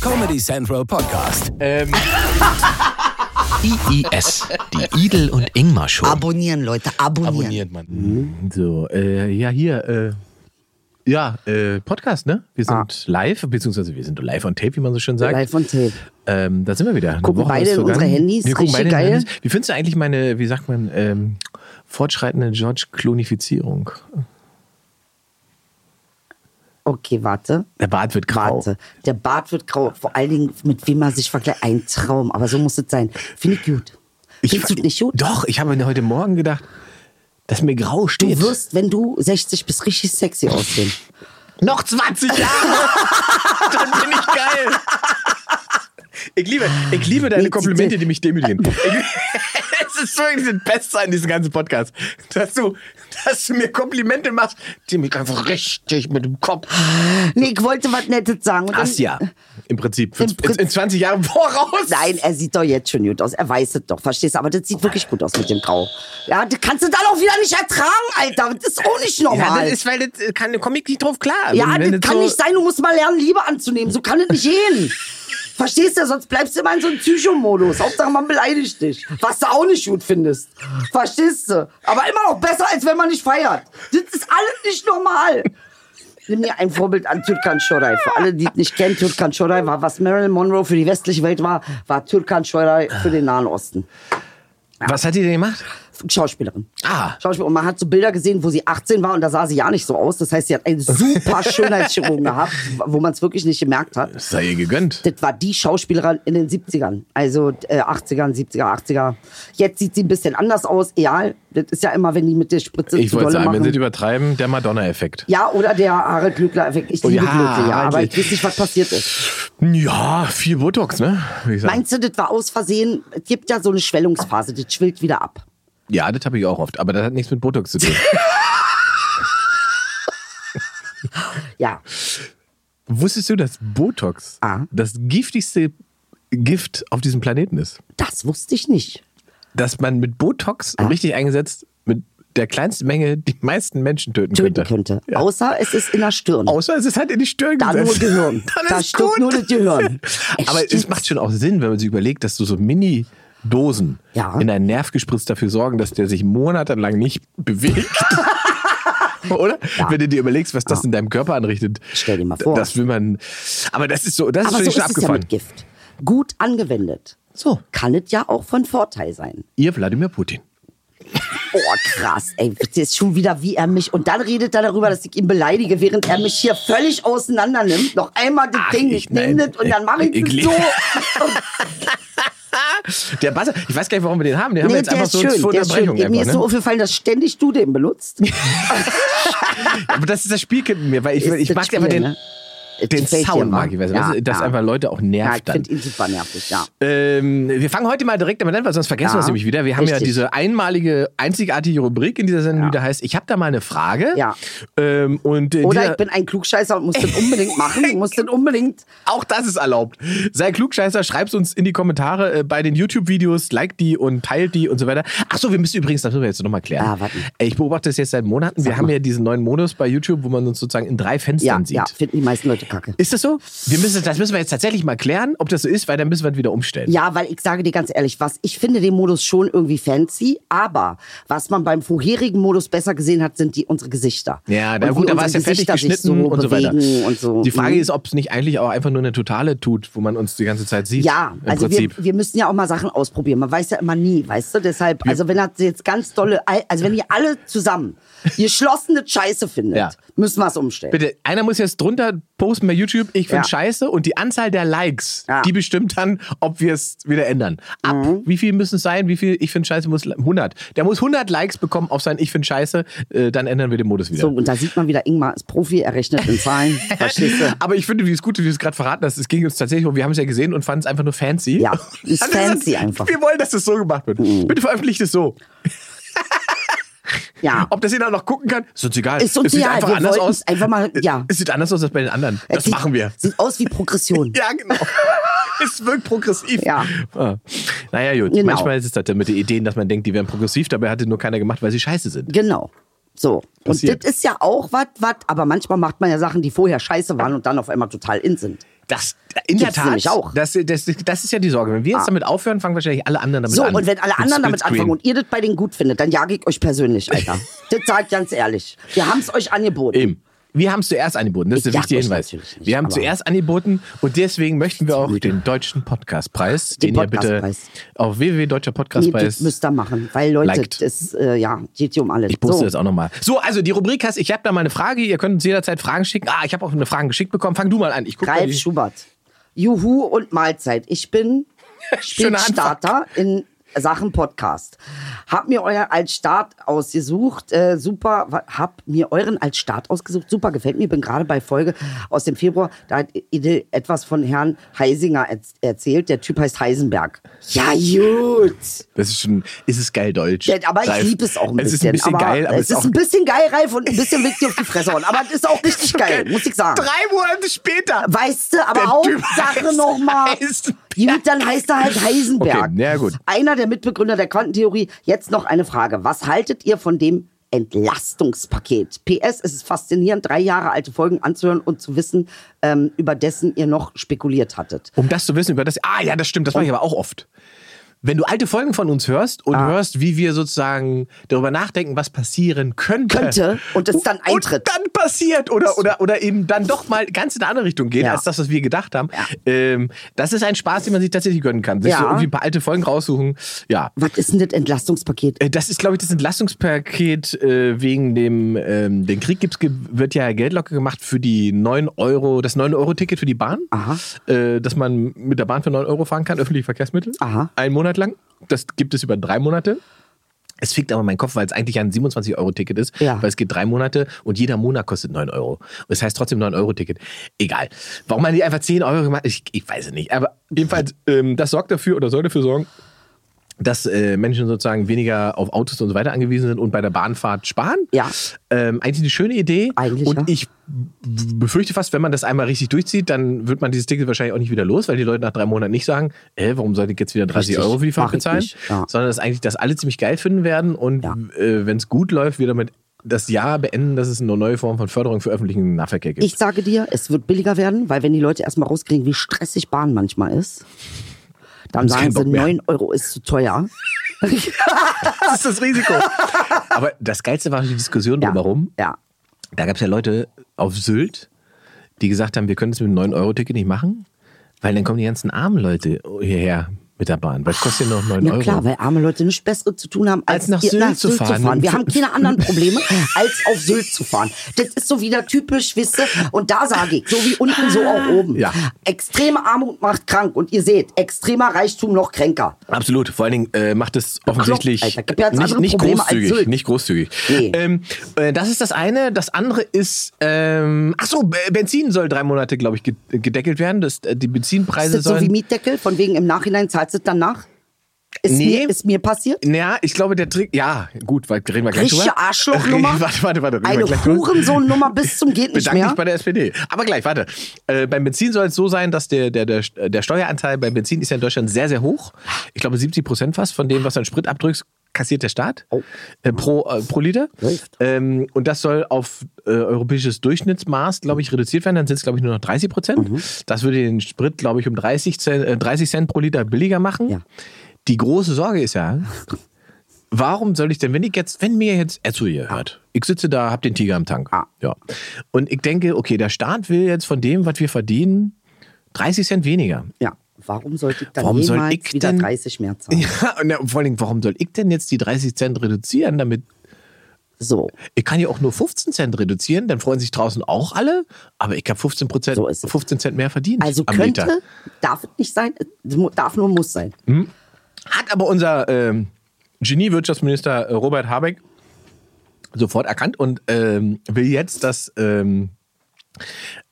Comedy Central Podcast. Ähm, IIS, die Idel und Ingmar Show. Abonnieren, Leute, abonnieren. abonniert man. So, äh, ja, hier, äh, ja, äh, Podcast, ne? Wir sind Ah. live, beziehungsweise wir sind live on tape, wie man so schön sagt. Live und Tape. Ähm, da sind wir wieder. Eine Gucken Woche beide ist in vergangen. unsere Handys, Wir gucken richtig beide in geil. unsere Handys. Wie findest du eigentlich meine, wie sagt man, ähm, fortschreitende George-Klonifizierung? Okay, warte. Der Bart wird grau. Warte. Der Bart wird grau. Vor allen Dingen, mit wem man sich vergleicht. Ein Traum. Aber so muss es sein. Finde ich gut. Findest du es nicht gut? Doch, ich habe mir heute Morgen gedacht, dass mir grau steht. Du wirst, wenn du 60 bist, richtig sexy aussehen. noch 20 Jahre! Dann bin ich geil! Ich liebe, ich liebe deine Jetzt- Komplimente, die mich demütigen. Ich, es ist wirklich das Beste an diesem ganzen Podcast, dass du, dass du mir Komplimente machst, die mich einfach richtig mit dem Kopf Nee, ich wollte was Nettes sagen. Und dann- Ach ja, im Prinzip. Im Prin- in 20 Jahren voraus. Nein, er sieht doch jetzt schon gut aus. Er weiß es doch, verstehst du? Aber das sieht wirklich gut aus mit dem Grau. Ja, das kannst du dann auch wieder nicht ertragen, Alter. Das ist auch nicht Ja, normal. das ist, weil das äh, kann, komm ich nicht drauf klar. Ja, Wenn- wenn das kann so- nicht sein. Du musst mal lernen, Liebe anzunehmen. So kann es nicht gehen. Verstehst du? Sonst bleibst du immer in so einem Psychomodus. Hauptsache, man beleidigt dich. Was du auch nicht gut findest. Verstehst du? Aber immer noch besser, als wenn man nicht feiert. Das ist alles nicht normal. Nimm dir ein Vorbild an Türkan Şoray. Für alle, die es nicht kennen, Türkan Şoray war, was Marilyn Monroe für die westliche Welt war, war Türkan Şoray für den Nahen Osten. Was hat die denn gemacht? Schauspielerin. Ah. Schauspielerin. Und man hat so Bilder gesehen, wo sie 18 war und da sah sie ja nicht so aus. Das heißt, sie hat einen super Schönheitschirurgen gehabt, wo man es wirklich nicht gemerkt hat. Das sei ihr gegönnt. Das war die Schauspielerin in den 70ern. Also äh, 80ern, 70er, 80er. Jetzt sieht sie ein bisschen anders aus. Egal, das ist ja immer, wenn die mit der Spritze Ich zu wollte dolle sagen, wenn sie das machen. übertreiben, der Madonna-Effekt. Ja, oder der Harald Glückler-Effekt. Ich Oh liebe ja, Glückler, ja, Harald aber ich Glück. weiß nicht, was passiert ist. Ja, viel Botox, ne? Würde ich sagen. Meinst du, das war aus Versehen? Es gibt ja so eine Schwellungsphase, das schwillt wieder ab. ja, das habe ich auch oft, aber das hat nichts mit Botox zu tun. Ja, Wusstest du, dass Botox Ah. das giftigste Gift auf diesem Planeten ist? das wusste ich nicht. Dass man mit Botox Ah. richtig eingesetzt mit der kleinsten Menge die meisten Menschen töten, Töten könnte. könnte. Außer es ist in der Stirn. Außer es ist halt in die Stirn Da gesetzt. nur Gehirn. Dann Da ist stirbt gut. nur das Gehirn. Echt Aber es jetzt? macht schon auch Sinn, wenn man sich überlegt, dass du so Mini-Dosen Ja. in einen Nerv gespritzt dafür sorgen, dass der sich monatelang nicht bewegt. Oder? Wenn du dir überlegst, was das in deinem Körper anrichtet. Stell dir mal vor. Das will man. Aber das ist so, das Aber ist schon so ist schon es ja abgefahren. mit Gift. Gut angewendet. so, Kann es ja auch von Vorteil sein. ihr Wladimir Putin. Oh, krass, ey. Das ist schon wieder, wie er mich. Und dann redet er darüber, dass ich ihn beleidige, während er mich hier völlig auseinander nimmt. Noch einmal das Ach, Ding, ich- ich nehme nein. das und dann mache ich, Ich- ich das lieb- so. Der Buzzer, ich weiß gar nicht, warum wir den haben. Den haben wir jetzt der einfach ist so zur schön. Der ist schön. Unterbrechung. Mir Einfach, ist so ne? aufgefallen, dass ständig du den benutzt. Aber das ist das Spielkind in mir, weil ich, Ist ich das mag einfach Spiel, den, ne? Es den gefällt dir, Sound, mag wa? ich. Weißt, du, weißt du, dass einfach Leute auch Ja, nervt ich dann. finde ihn super nervig, ja. Ähm, wir fangen heute mal direkt damit an, weil sonst vergessen Ja, wir es nämlich wieder. Wir haben ja richtig. diese einmalige, einzigartige Rubrik in dieser Sendung, die da heißt, ich habe da mal eine Frage. Ja. Ähm, und äh, Oder dieser, ich bin ein Klugscheißer und muss das unbedingt machen. Ich muss das unbedingt. auch das ist erlaubt. Sei klugscheißer, schreib's uns in die Kommentare äh, bei den YouTube-Videos, like die und teilt die und so weiter. Achso, wir müssen übrigens, das müssen wir jetzt nochmal klären. Ah, warte. Äh, Ich beobachte das jetzt seit Monaten. Wir haben ja diesen neuen Modus bei YouTube, wo man uns sozusagen in drei Ja, Fenstern sieht. ja, finden die meisten Leute kacke. Ist das so? Wir müssen, das müssen wir jetzt tatsächlich mal klären, ob das so ist, weil dann müssen wir es wieder umstellen. Ja, weil ich sage dir ganz ehrlich, was ich finde den Modus schon irgendwie fancy, aber was man beim vorherigen Modus besser gesehen hat, sind die unsere Gesichter. Ja, Und na wie gut, da war es unsere ja fertig Gesichter sich geschnitten und so weiter. bewegen Und so. Die Frage Mhm. ist, ob es nicht eigentlich auch einfach nur eine totale tut, wo man uns die ganze Zeit sieht. ja, im also wir, Prinzip. wir müssen ja auch mal Sachen ausprobieren. Man weiß ja immer nie, weißt du? Deshalb, also wenn das jetzt ganz dolle, also wenn ihr alle zusammen geschlossene Scheiße findet, Ja. müssen wir es umstellen. Bitte, einer muss jetzt drunter posten bei YouTube, ich finde Ja. scheiße und die Anzahl der Likes, Ja. Mhm. die bestimmt dann, ob wir es wieder ändern. Ab, wie viel müssen es sein, wie viel ich finde scheiße muss, 100. Der muss 100 Likes bekommen auf sein ich finde scheiße, äh, dann ändern wir den Modus wieder. So, und da sieht man wieder, Ingmar ist Profi, er rechnet in Zahlen. Verstehst du? Aber ich finde, wie es gut, wie du es gerade verraten hast, es ging uns tatsächlich, um- wir haben es ja gesehen und fanden es einfach nur fancy. Ja, ist Dann es- fancy einfach. Mhm. Wir wollen, dass es so gemacht wird. Bitte veröffentlicht es so. Ja. Ob das jeder noch gucken kann, ist uns egal. Ist uns es sieht egal. einfach Wir anders wollten aus. es einfach mal- ja. Es sieht anders aus als bei den anderen. Es Das sieht, machen wir. Sieht aus wie Progression. Ja, genau. es wirkt progressiv. Ja. Ah. Naja, gut. Genau. Manchmal ist es das mit den Ideen, dass man denkt, die wären progressiv, dabei hatte nur keiner gemacht, weil sie scheiße sind. Genau. So. Passiert. Und das ist ja auch was, was, aber manchmal macht man ja Sachen, die vorher scheiße waren und dann auf einmal total in sind. Das, in der Gibt's Tat. nämlich auch. Ah. Das, das, das ist ja die Sorge. Wenn wir jetzt damit aufhören, fangen wahrscheinlich alle anderen damit So, an. und wenn alle Mit anderen damit Splitscreen. anfangen und ihr das bei denen gut findet, dann jage ich euch persönlich, Alter. das sag ich ganz ehrlich. Wir haben es euch angeboten. Eben. Wir haben es zuerst angeboten, das ist der Ich jag wichtige euch Hinweis. natürlich nicht, wir haben aber- zuerst angeboten und deswegen möchten wir auch den deutschen Podcastpreis, den, Den ihr bitte Podcastpreis. auf Nee, www.deutscherpodcastpreis das müsst ihr machen, weil Leute, Liked. das äh, ja, geht hier um alles. Ich poste so. das auch nochmal. So, also die Rubrik heißt, ich habe da mal eine Frage, ihr könnt uns jederzeit Fragen schicken. Ah, ich habe auch eine Frage geschickt bekommen. Fang du mal an. Ich guck mal Ralf die- Schubert. Juhu und Mahlzeit. Ich bin Schöner Starter in Sachen Podcast. Hab mir euren als Start ausgesucht. Äh, super. wa- Hab mir euren als Start ausgesucht. Super, gefällt mir. Bin gerade bei Folge aus dem Februar. Da hat Idil etwas von Herrn Heisinger erz- erzählt. Der Typ heißt Heisenberg. Ja, gut. Das ist schon, ist es geil deutsch. Ja, aber ich Ralf. liebe es auch ein bisschen. Es ist ein bisschen aber geil, aber es ist auch ein bisschen geil, Ralf, und ein bisschen will ich dir auf die Fresse hauen. Aber es ist auch richtig geil, muss ich sagen. Drei Monate später. Weißt du, aber Der Typ Hauptsache heißt nochmal. Heisenberg. Gut, dann heißt er halt Heisenberg. Okay, na ja, gut. Einer der Mitbegründer der Quantentheorie. Jetzt noch eine Frage. Was haltet ihr von dem Entlastungspaket? PS, es ist faszinierend, drei Jahre alte Folgen anzuhören und zu wissen, ähm, über dessen ihr noch spekuliert hattet. Um das zu wissen, über das. Ah, ja, das stimmt, das Um mache ich aber auch oft. Wenn du alte Folgen von uns hörst und Ah. hörst, wie wir sozusagen darüber nachdenken, was passieren könnte. Könnte und es dann eintritt. Und dann passiert oder, oder, oder eben dann doch mal ganz in eine andere Richtung geht, Ja. als das, was wir gedacht haben. Ähm, das ist ein Spaß, den man sich tatsächlich gönnen kann. Sich Ja. so irgendwie ein paar alte Folgen raussuchen. Ja. Was ist denn das Entlastungspaket? Äh, Das ist, glaube ich, das Entlastungspaket äh, wegen dem ähm, den Krieg gibt's, ge- wird ja Geld locker gemacht für die 9 Euro, das 9-Euro-Ticket für die Bahn. Aha. Äh, dass man mit der Bahn für 9 Euro fahren kann, öffentliche Verkehrsmittel. Aha. Einen Monat lang. Das gibt es über drei Monate. Es fickt aber meinen Kopf, weil es eigentlich ja ein 27-Euro-Ticket ist, Ja. weil es geht drei Monate und jeder Monat kostet 9 Euro. Und es heißt trotzdem 9-Euro-Ticket. Egal. Warum man nicht einfach 10 Euro gemacht ich, ich weiß es nicht. Aber jedenfalls, ähm, das sorgt dafür oder soll dafür sorgen, dass äh, Menschen sozusagen weniger auf Autos und so weiter angewiesen sind und bei der Bahnfahrt sparen. Ja. Ähm, eigentlich eine schöne Idee. Eigentlich, ne? und ja. ich b- befürchte fast, wenn man das einmal richtig durchzieht, dann wird man dieses Ticket wahrscheinlich auch nicht wieder los, weil die Leute nach drei Monaten nicht sagen, äh, warum sollte ich jetzt wieder 30 Richtig, Euro für die mach Fahrt ich bezahlen? nicht, ja. Sondern dass eigentlich das alle ziemlich geil finden werden und Ja. äh, wenn es gut läuft, wir damit das Jahr beenden, dass es eine neue Form von Förderung für öffentlichen Nahverkehr gibt. Ich sage dir, es wird billiger werden, weil wenn die Leute erstmal rauskriegen, wie stressig Bahn manchmal ist, dann Haben's sagen keinen sie, Bock mehr. 9 Euro ist zu teuer. das ist das Risiko. Aber das Geilste war die Diskussion Ja. drumherum, Ja. Da gab es ja Leute auf Sylt, die gesagt haben, wir können das mit einem 9-Euro-Ticket nicht machen, weil dann kommen die ganzen armen Leute hierher mit der Bahn. Was kostet denn noch 9 Na Euro? klar, weil arme Leute nichts Besseres zu tun haben, als, Als nach hier- Sylt zu fahren. Wir haben keine anderen Probleme, als auf Sylt zu fahren. Das ist so wieder typisch, wisst ihr, und da sage ich, so wie unten, so auch oben. Ah. Ja. Extreme Armut macht krank und ihr seht, extremer Reichtum noch kränker. Absolut. Vor allen Dingen äh, macht es offensichtlich Alter. Gibt ja jetzt nicht, andere nicht, Probleme als großzügig, Sylt. nicht großzügig. Nee. Ähm, äh, das ist das eine. Das andere ist, ähm, ach so, Be- Benzin soll drei Monate, glaube ich, ge- gedeckelt werden. Das, äh, die Ist Benzinpreise das so sollen. wie Mietdeckel, von wegen im Nachhinein zahlst du danach? Ist, Nee. mir, ist mir passiert? ja, ich glaube, der Trick. Ja, gut, weil reden wir gleich Richtige drüber. Arschlochnummer? Warte, warte, warte. reden wir Eine gleich drüber. Hurensohn-Nummer bis zum geht nicht bedanke mehr. mich bei der SPD. Aber gleich, warte. Äh, beim Benzin soll es so sein, dass der, der, der, der Steueranteil bei Benzin ist ja in Deutschland sehr, sehr hoch. Ich glaube 70 Prozent fast von dem, was du an Sprit abdrückst, kassiert der Staat äh, pro, äh, pro Liter. Oh. Läuft. Ähm, und das soll auf äh, europäisches Durchschnittsmaß, glaube ich, reduziert werden. Dann sind es, glaube ich, nur noch 30 Prozent. Mhm. Das würde den Sprit, glaube ich, um 30 Cent, äh, 30 Cent pro Liter billiger machen. Ja. Die große Sorge ist ja, warum soll ich denn, wenn ich jetzt, wenn mir jetzt Etzo hier hört, ich sitze da, hab den Tiger im Tank. Ah. Ja. Und ich denke, okay, der Staat will jetzt von dem, was wir verdienen, 30 Cent weniger. Ja. Warum sollte ich dann Warum soll jemals ich wieder denn- 30 mehr zahlen? Ja, und na, vor allen Dingen, warum soll ich denn jetzt die 30 Cent reduzieren, damit So. ich kann ja auch nur 15 Cent reduzieren, dann freuen sich draußen auch alle, aber ich habe 15 Prozent, So ist es. 15 Cent mehr verdient. Also am könnte, Liter. darf es nicht sein, es mu- darf nur muss sein. Hat aber unser ähm, Genie-Wirtschaftsminister äh, Robert Habeck sofort erkannt und ähm, will jetzt das, ähm,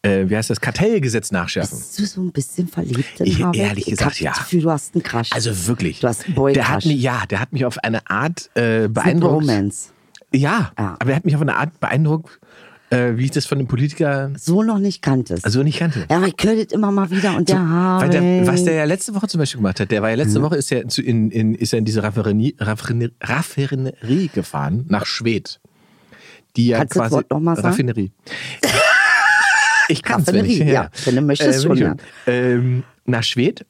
äh, wie heißt das, Kartellgesetz nachschärfen. Bist du so ein bisschen verliebt in Ich- Harvey? ehrlich Ich gesagt, hab das ja. Gefühl, du hast einen Crush. Also wirklich. Du hast einen Boy der hat Crush. mich, Ja, der hat mich auf eine Art äh, Das ist Ah. eine beeindruckt. Bromance. Ja, Ja. aber er hat mich auf eine Art beeindruckt, äh, wie ich das von einem Politiker So noch nicht kanntest. so nicht kannte. ja, aber ich höre das immer mal wieder und der Also- Weil Harvey. der, was der ja letzte Woche zum Beispiel gemacht hat, der war ja Mhm. letzte Woche ist er zu, in, in, ist er in diese Raffinerie, Raffinerie, Raffinerie gefahren nach Schwed. Die ja Kannst du das quasi Wort noch mal sagen? Raffinerie. Ich kann es, wenn ich. Raffinerie, Ah, ja. Wenn du möchtest wenn ich schon, Mhm. will. Äh, ähm, nach Schwed,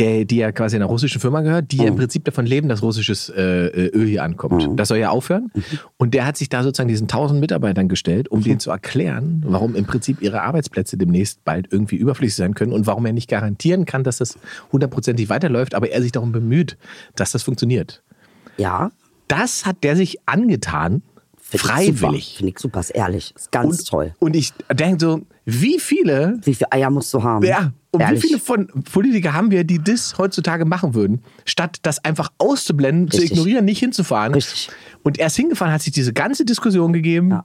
der, die ja quasi einer russischen Firma gehört, die Oh. ja im Prinzip davon leben, dass russisches äh, äh, Öl hier ankommt. Das soll ja aufhören. Mhm. Und der hat sich da sozusagen diesen 1000 Mitarbeitern gestellt, um denen zu erklären, warum im Prinzip ihre Arbeitsplätze demnächst bald irgendwie überflüssig sein können und warum er nicht garantieren kann, dass das hundertprozentig weiterläuft, aber er sich darum bemüht, dass das funktioniert. Ja. Das hat der sich angetan, freiwillig. Finde ich super, ist ehrlich. Ist ganz Und- toll. Und ich denke so, wie viele, Wie viele Eier musst du haben? ja, und ehrlich. wie viele von Politiker haben wir, die das heutzutage machen würden, statt das einfach auszublenden, Richtig. zu ignorieren, nicht hinzufahren. Richtig. Und er ist hingefahren, hat sich diese ganze Diskussion gegeben, Ja.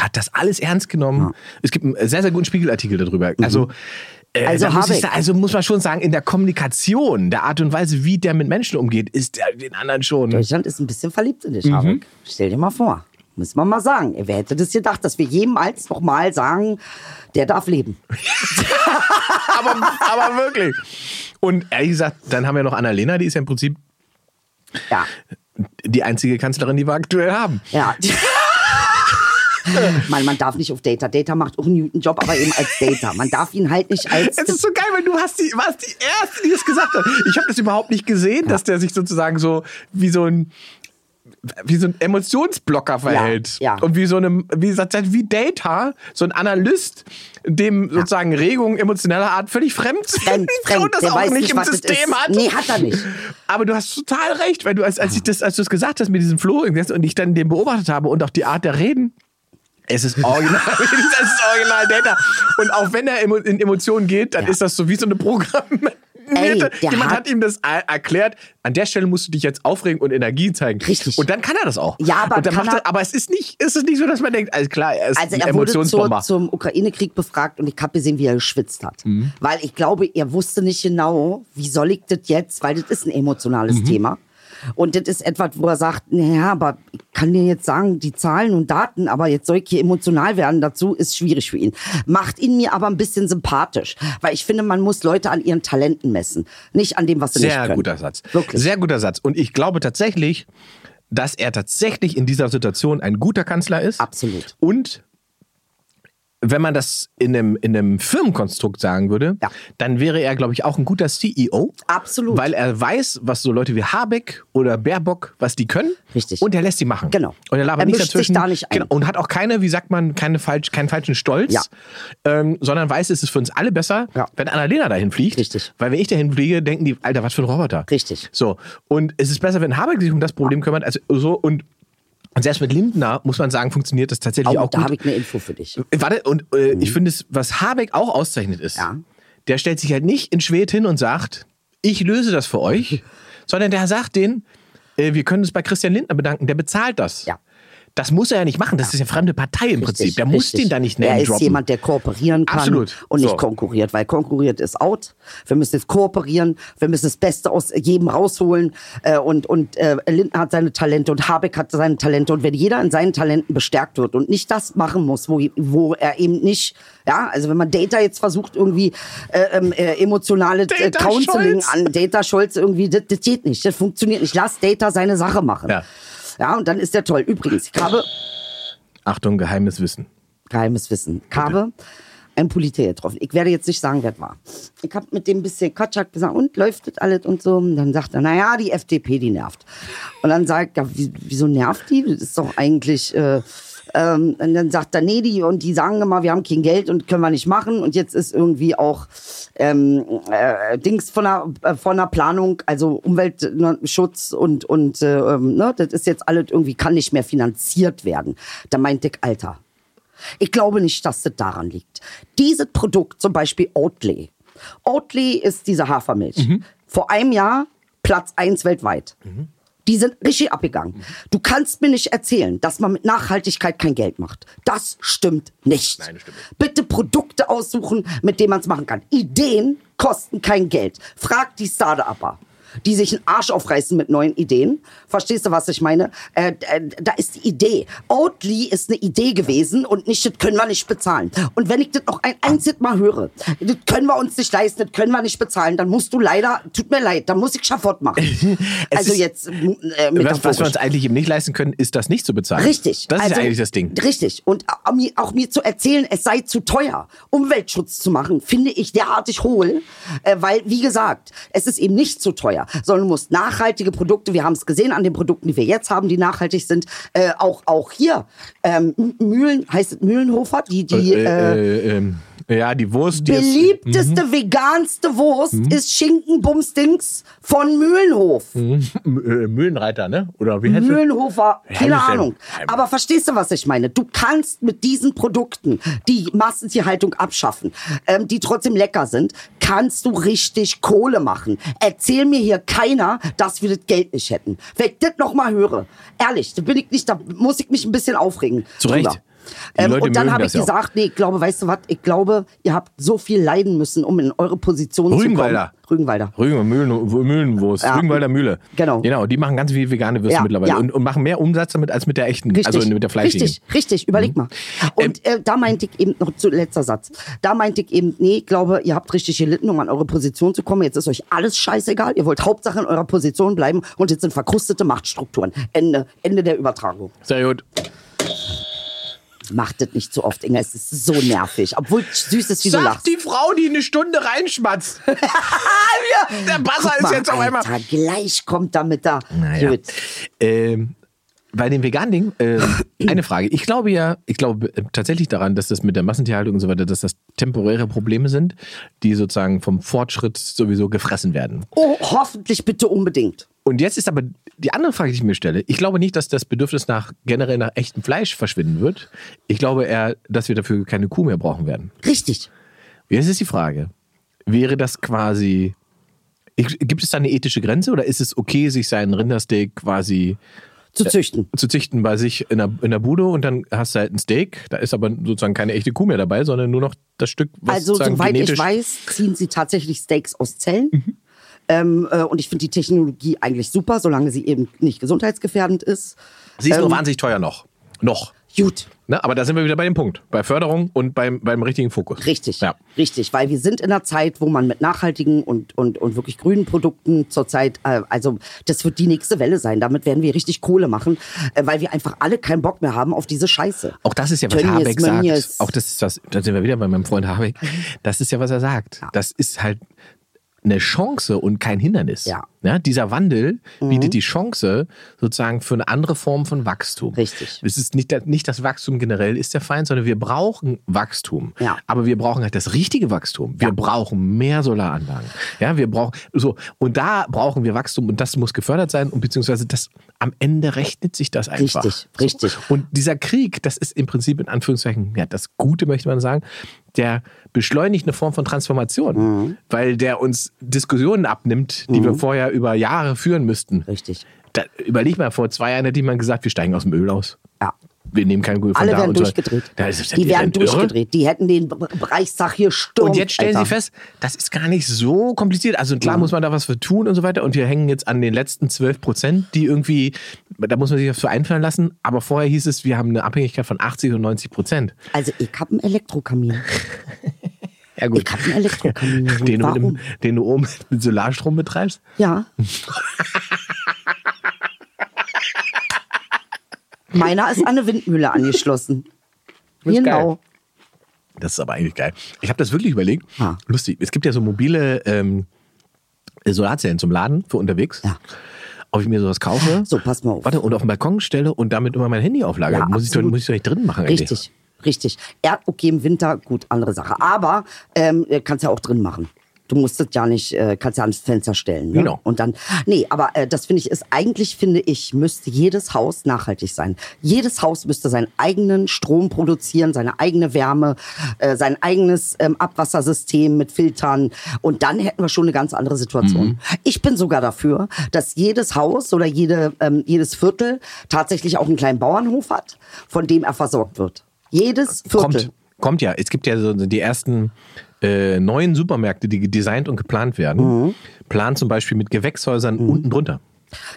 hat das alles ernst genommen. Es gibt einen sehr, sehr guten Spiegelartikel darüber. Also, äh, Mhm. Also da muss ich, Habeck. sa- also muss man schon sagen, in der Kommunikation, der Art und Weise, wie der mit Menschen umgeht, ist der den anderen schon. Deutschland ist ein bisschen verliebt in dich, Mhm. Habeck. Stell dir mal vor. Muss man mal sagen. Wer hätte das gedacht, dass wir jemals nochmal sagen, der darf leben. aber, aber wirklich. Und ehrlich gesagt, dann haben wir noch Annalena, die ist ja im Prinzip Ja. die einzige Kanzlerin, die wir aktuell haben. Ja. Man, man darf nicht auf Data. Data macht auch einen guten Job, aber eben als Data. Man darf ihn halt nicht als. Es ist so geil, weil du hast die, warst die Erste, die das gesagt hat. Ich habe das überhaupt nicht gesehen, dass der sich sozusagen so wie so ein wie so ein Emotionsblocker verhält. ja. Und wie so einem, wie gesagt, wie Data, so ein Analyst, dem sozusagen Regungen emotionaler Art völlig fremd sind Fremd, fremd. und das Der auch weiß nicht, nicht, im was das System ist. hat. Nee, hat er nicht. Aber du hast total recht, weil du, als, als, ich das, als du es gesagt hast mit diesem Flo und ich dann den beobachtet habe und auch die Art der Reden, es ist original, das ist original Data. Und auch wenn er emo- in Emotionen geht, dann Ja. ist das so wie so eine Programmierte. Ey, der Jemand hat- hat ihm das äh, erklärt. An der Stelle musst du dich jetzt aufregen und Energie zeigen. Richtig. Und dann kann er das auch. Ja, aber und dann kann macht er, er- aber es ist nicht, es ist nicht so, dass man denkt, alles klar, er ist Also ein er wurde zur, Emotionsbomber. zum Ukraine-Krieg befragt und ich habe gesehen, wie er geschwitzt hat. Mhm. Weil ich glaube, er wusste nicht genau, wie soll ich das jetzt, weil das ist ein emotionales Mhm. Thema. Und das ist etwas, wo er sagt, naja, aber ich kann dir jetzt sagen, die Zahlen und Daten, aber jetzt soll ich hier emotional werden dazu, ist schwierig für ihn. Macht ihn mir aber ein bisschen sympathisch, weil ich finde, man muss Leute an ihren Talenten messen, nicht an dem, was sie nicht Sehr können. guter Satz. Wirklich. Sehr guter Satz. Und ich glaube tatsächlich, dass er tatsächlich in dieser Situation ein guter Kanzler ist. Absolut. Und wenn man das in einem, in einem Firmenkonstrukt sagen würde, Ja. dann wäre er, glaube ich, auch ein guter CEO. Absolut. Weil er weiß, was so Leute wie Habeck oder Baerbock, was die können. Richtig. Und er lässt die machen. Genau. Und er labert Er nicht mischt sich dazwischen. da nicht ein. Genau. Und hat auch keine, wie sagt man, keine falsch, keinen falschen Stolz. Ja. Ähm, sondern weiß, es ist für uns alle besser, Ja. wenn Annalena dahin fliegt. Richtig. Weil wenn ich dahin fliege, denken die, Alter, was für ein Roboter. Richtig. So. Und es ist besser, wenn Habeck sich um das Problem kümmert, als so. Und selbst mit Lindner, muss man sagen, funktioniert das tatsächlich Oh, auch da gut. habe ich eine Info für dich. Warte, und äh, ich finde es, was Habeck auch auszeichnet ist, Ja. der stellt sich halt nicht in Schwed hin und sagt, ich löse das für euch, sondern der sagt denen, äh, wir können uns bei Christian Lindner bedanken, der bezahlt das. Ja. Das muss er ja nicht machen, das ist ja fremde Partei im Prinzip. Der muss den da nicht Er name ist droppen. jemand, der kooperieren kann Absolut. und nicht So. konkurriert, weil konkurriert ist out. Wir müssen jetzt kooperieren, wir müssen das Beste aus jedem rausholen äh, und und äh, Lindner hat seine Talente und Habeck hat seine Talente und wenn jeder in seinen Talenten bestärkt wird und nicht das machen muss, wo wo er eben nicht, ja, also wenn man Data jetzt versucht irgendwie äh, ähm, äh, emotionale äh, Data Counseling Scholz. an Data Scholz irgendwie, das, das geht nicht, das funktioniert nicht. Lass Data seine Sache machen. Ja. Ja, und dann ist der toll. Übrigens, ich habe Achtung, geheimes Wissen. geheimes Wissen. Ich habe einen Politiker getroffen. Ich werde jetzt nicht sagen, wer es war. Ich habe mit dem ein bisschen Kotschak gesagt, und läuft das alles und so. Und dann sagt er, naja, die FDP, die nervt. Und dann sagt er, wie- wieso nervt die? Das ist doch eigentlich. Äh, ähm, und dann sagt er, nee, die, und die sagen immer, wir haben kein Geld und können wir nicht machen. Und jetzt ist irgendwie auch ähm, äh, Dings von der, äh, von der Planung, also Umweltschutz und, und äh, ähm, ne, das ist jetzt alles irgendwie, kann nicht mehr finanziert werden. Da meinte ich, Alter, ich glaube nicht, dass das daran liegt. Dieses Produkt, zum Beispiel Oatly. Oatly ist diese Hafermilch. Vor einem Jahr Platz 1 weltweit. Die sind richtig abgegangen. Du kannst mir nicht erzählen, dass man mit Nachhaltigkeit kein Geld macht. Das stimmt nicht. Nein, das stimmt nicht. Bitte Produkte aussuchen, mit denen man es machen kann. Ideen kosten kein Geld. Frag die Startupper. die sich einen Arsch aufreißen mit neuen Ideen. Verstehst du, was ich meine? Äh, äh, da ist die Idee. Oatly ist eine Idee gewesen und nicht, das können wir nicht bezahlen. Und wenn ich das noch ein einziges Mal höre, das können wir uns nicht leisten, das können wir nicht bezahlen, dann musst du leider, tut mir leid, dann muss ich Schafott machen. Es also ist- jetzt äh, Was, was wir metaphorisch. uns eigentlich eben nicht leisten können, ist das nicht zu bezahlen. Richtig. Das ist Also, eigentlich das Ding. Richtig. Und auch mir, auch mir zu erzählen, es sei zu teuer, Umweltschutz zu machen, finde ich derartig hohl, äh, weil, wie gesagt, es ist eben nicht zu teuer, sondern du musst nachhaltige Produkte, wir haben es gesehen an den Produkten, die wir jetzt haben, die nachhaltig sind, äh, auch, auch hier, ähm, M- Mühlen, heißt es Mühlenhofer, die, die, äh, äh, äh, ähm, ja, die Wurst. die Mhm. ist- beliebteste, veganste Wurst ist Schinkenbumsdings von Mühlenhof. M- äh, Mühlenreiter, ne? Oder wie heißt das? Mühlenhofer, keine Heimlich, Ahnung. heimlich. Aber verstehst du, was ich meine? Du kannst mit diesen Produkten, die Massentierhaltung abschaffen, ähm, die trotzdem lecker sind, kannst du richtig Kohle machen. Erzähl mir hier keiner, dass wir das Geld nicht hätten. Wenn ich das nochmal höre, ehrlich, da bin ich nicht, da muss ich mich ein bisschen aufregen. Zu Recht. drüber. Die Ähm, Leute und dann mögen habe das ich ja auch. gesagt, nee, ich glaube, weißt du was, ich glaube, ihr habt so viel leiden müssen, um in eure Position Rügenwalder. zu kommen. Rügenwalder. Rügen, Mühlen, Mühlenwurst, Ja. Rügenwalder Mühle. Genau. Genau, die machen ganz viel vegane Würste Ja, mittlerweile ja. und, und machen mehr Umsatz damit als mit der echten, Richtig, also mit der Mhm. Ähm, fleischigen. Richtig, richtig, überleg mal. Und äh, da meinte ich eben noch zu letzter Satz. Da meinte ich eben, nee, ich glaube, ihr habt richtig gelitten, um an eure Position zu kommen. Jetzt ist euch alles scheißegal. Ihr wollt Hauptsache in eurer Position bleiben und jetzt sind verkrustete Machtstrukturen. Ende, Ende der Übertragung. Sehr gut. Macht das nicht zu oft, Inga. Es ist so nervig. Obwohl es süß ist, wie du Sagt lachst. die Frau, die eine Stunde reinschmatzt. der Basser Guck ist mal, jetzt auf einmal. Alter, gleich kommt damit da. Naja. Gut. Ähm, bei dem veganen Ding, ähm, eine Frage. Ich glaube ja, ich glaube äh, tatsächlich daran, dass das mit der Massentierhaltung und so weiter, dass das temporäre Probleme sind, die sozusagen vom Fortschritt sowieso gefressen werden. Oh, hoffentlich bitte unbedingt. Und jetzt ist aber die andere Frage, die ich mir stelle. Ich glaube nicht, dass das Bedürfnis nach generell nach echtem Fleisch verschwinden wird. Ich glaube eher, dass wir dafür keine Kuh mehr brauchen werden. Richtig. Jetzt ist die Frage, wäre das quasi, ich- gibt es da eine ethische Grenze oder ist es okay, sich seinen Rindersteak quasi Zu Äh, züchten. zu züchten bei sich in der, in der Bude und dann hast du halt ein Steak, da ist aber sozusagen keine echte Kuh mehr dabei, sondern nur noch das Stück, was Also sozusagen soweit genetisch... Mhm. ich weiß, ziehen sie tatsächlich Steaks aus Zellen. Ähm, äh, und ich finde die Technologie eigentlich super, solange sie eben nicht gesundheitsgefährdend ist. Sie ist ähm, nur wahnsinnig teuer noch. Noch. Gut, Ne? Aber da sind wir wieder bei dem Punkt, bei Förderung und beim, beim richtigen Fokus. richtig, Ja. richtig, weil wir sind in einer Zeit, wo man mit nachhaltigen und, und, und wirklich grünen Produkten zurzeit, äh, also das wird die nächste Welle sein. Damit werden wir richtig Kohle machen, äh, weil wir einfach alle keinen Bock mehr haben auf diese Scheiße. Auch das ist ja, was Tönnies, Habeck sagt. Mönnies. Auch das ist was, da sind wir wieder bei meinem Freund Habeck. Das ist ja, was er sagt. Das ist halt eine Chance und kein Hindernis. Ne? Ja. Mhm. dieser Wandel bietet die Chance sozusagen für eine andere Form von Wachstum. Richtig. Es ist nicht, nicht das Wachstum generell ist der Feind, sondern wir brauchen Wachstum. Ja. Aber wir brauchen halt das richtige Wachstum. Wir brauchen mehr Solaranlagen. Ja, wir brauchen so und da brauchen wir Wachstum und das muss gefördert sein und beziehungsweise das am Ende rechnet sich das einfach. Richtig, richtig. Und dieser Krieg, das ist im Prinzip in Anführungszeichen, ja, das Gute möchte man sagen, der beschleunigt eine Form von Transformation, Mhm. weil der uns Diskussionen abnimmt, die wir vorher über Jahre führen müssten. Richtig. Da, überleg mal, vor zwei Jahren hätte jemand gesagt, wir steigen aus dem Öl aus. Ja. Wir nehmen keinen Öl von Alle da werden und so. durchgedreht. Da ist, die ihr werden seid irre? durchgedreht. Die hätten den Be- Be- Reichstag hier stürmt. Und jetzt stellen Alter. Mhm. sie fest, das ist gar nicht so kompliziert. Also klar muss man da was für tun und so weiter. Und wir hängen jetzt an den letzten 12 Prozent, die irgendwie, da muss man sich was für einfallen lassen. Aber vorher hieß es, wir haben eine Abhängigkeit von 80 und 90 Prozent. Also ich habe einen Elektrokamin. Ja gut. Ich hab einen Elektrokamin geholt. Den, du mit dem, Warum? den du oben mit Solarstrom betreibst? Ja. Meiner ist an eine Windmühle angeschlossen. Genau. Das ist aber eigentlich geil. Ich habe das wirklich überlegt. Ah. Lustig. Es gibt ja so mobile ähm, Solarzellen zum Laden für unterwegs. Ja. Ob ich mir sowas kaufe. So, pass mal auf. Warte, und auf den Balkon stelle und damit immer mein Handy auflage. Ja, muss, ich doch, absolut. muss ich doch nicht drin machen. eigentlich. Richtig, richtig. Erd, okay, im Winter, gut, andere Sache. Aber ähm, kannst ja auch drin machen. Du musst das ja nicht, äh, kannst ja ans Fenster stellen. Ne? Genau. Und dann, nee, aber äh, das finde ich ist, eigentlich finde ich, müsste jedes Haus nachhaltig sein. Jedes Haus müsste seinen eigenen Strom produzieren, seine eigene Wärme, äh, sein eigenes ähm, Abwassersystem mit Filtern. Und dann hätten wir schon eine ganz andere Situation. Mhm. Ich bin sogar dafür, dass jedes Haus oder jede, ähm, jedes Viertel tatsächlich auch einen kleinen Bauernhof hat, von dem er versorgt wird. Jedes Viertel. Kommt, kommt ja. Es gibt ja so die ersten äh, neuen Supermärkte, die designt und geplant werden, Mhm. planen zum Beispiel mit Gewächshäusern unten drunter.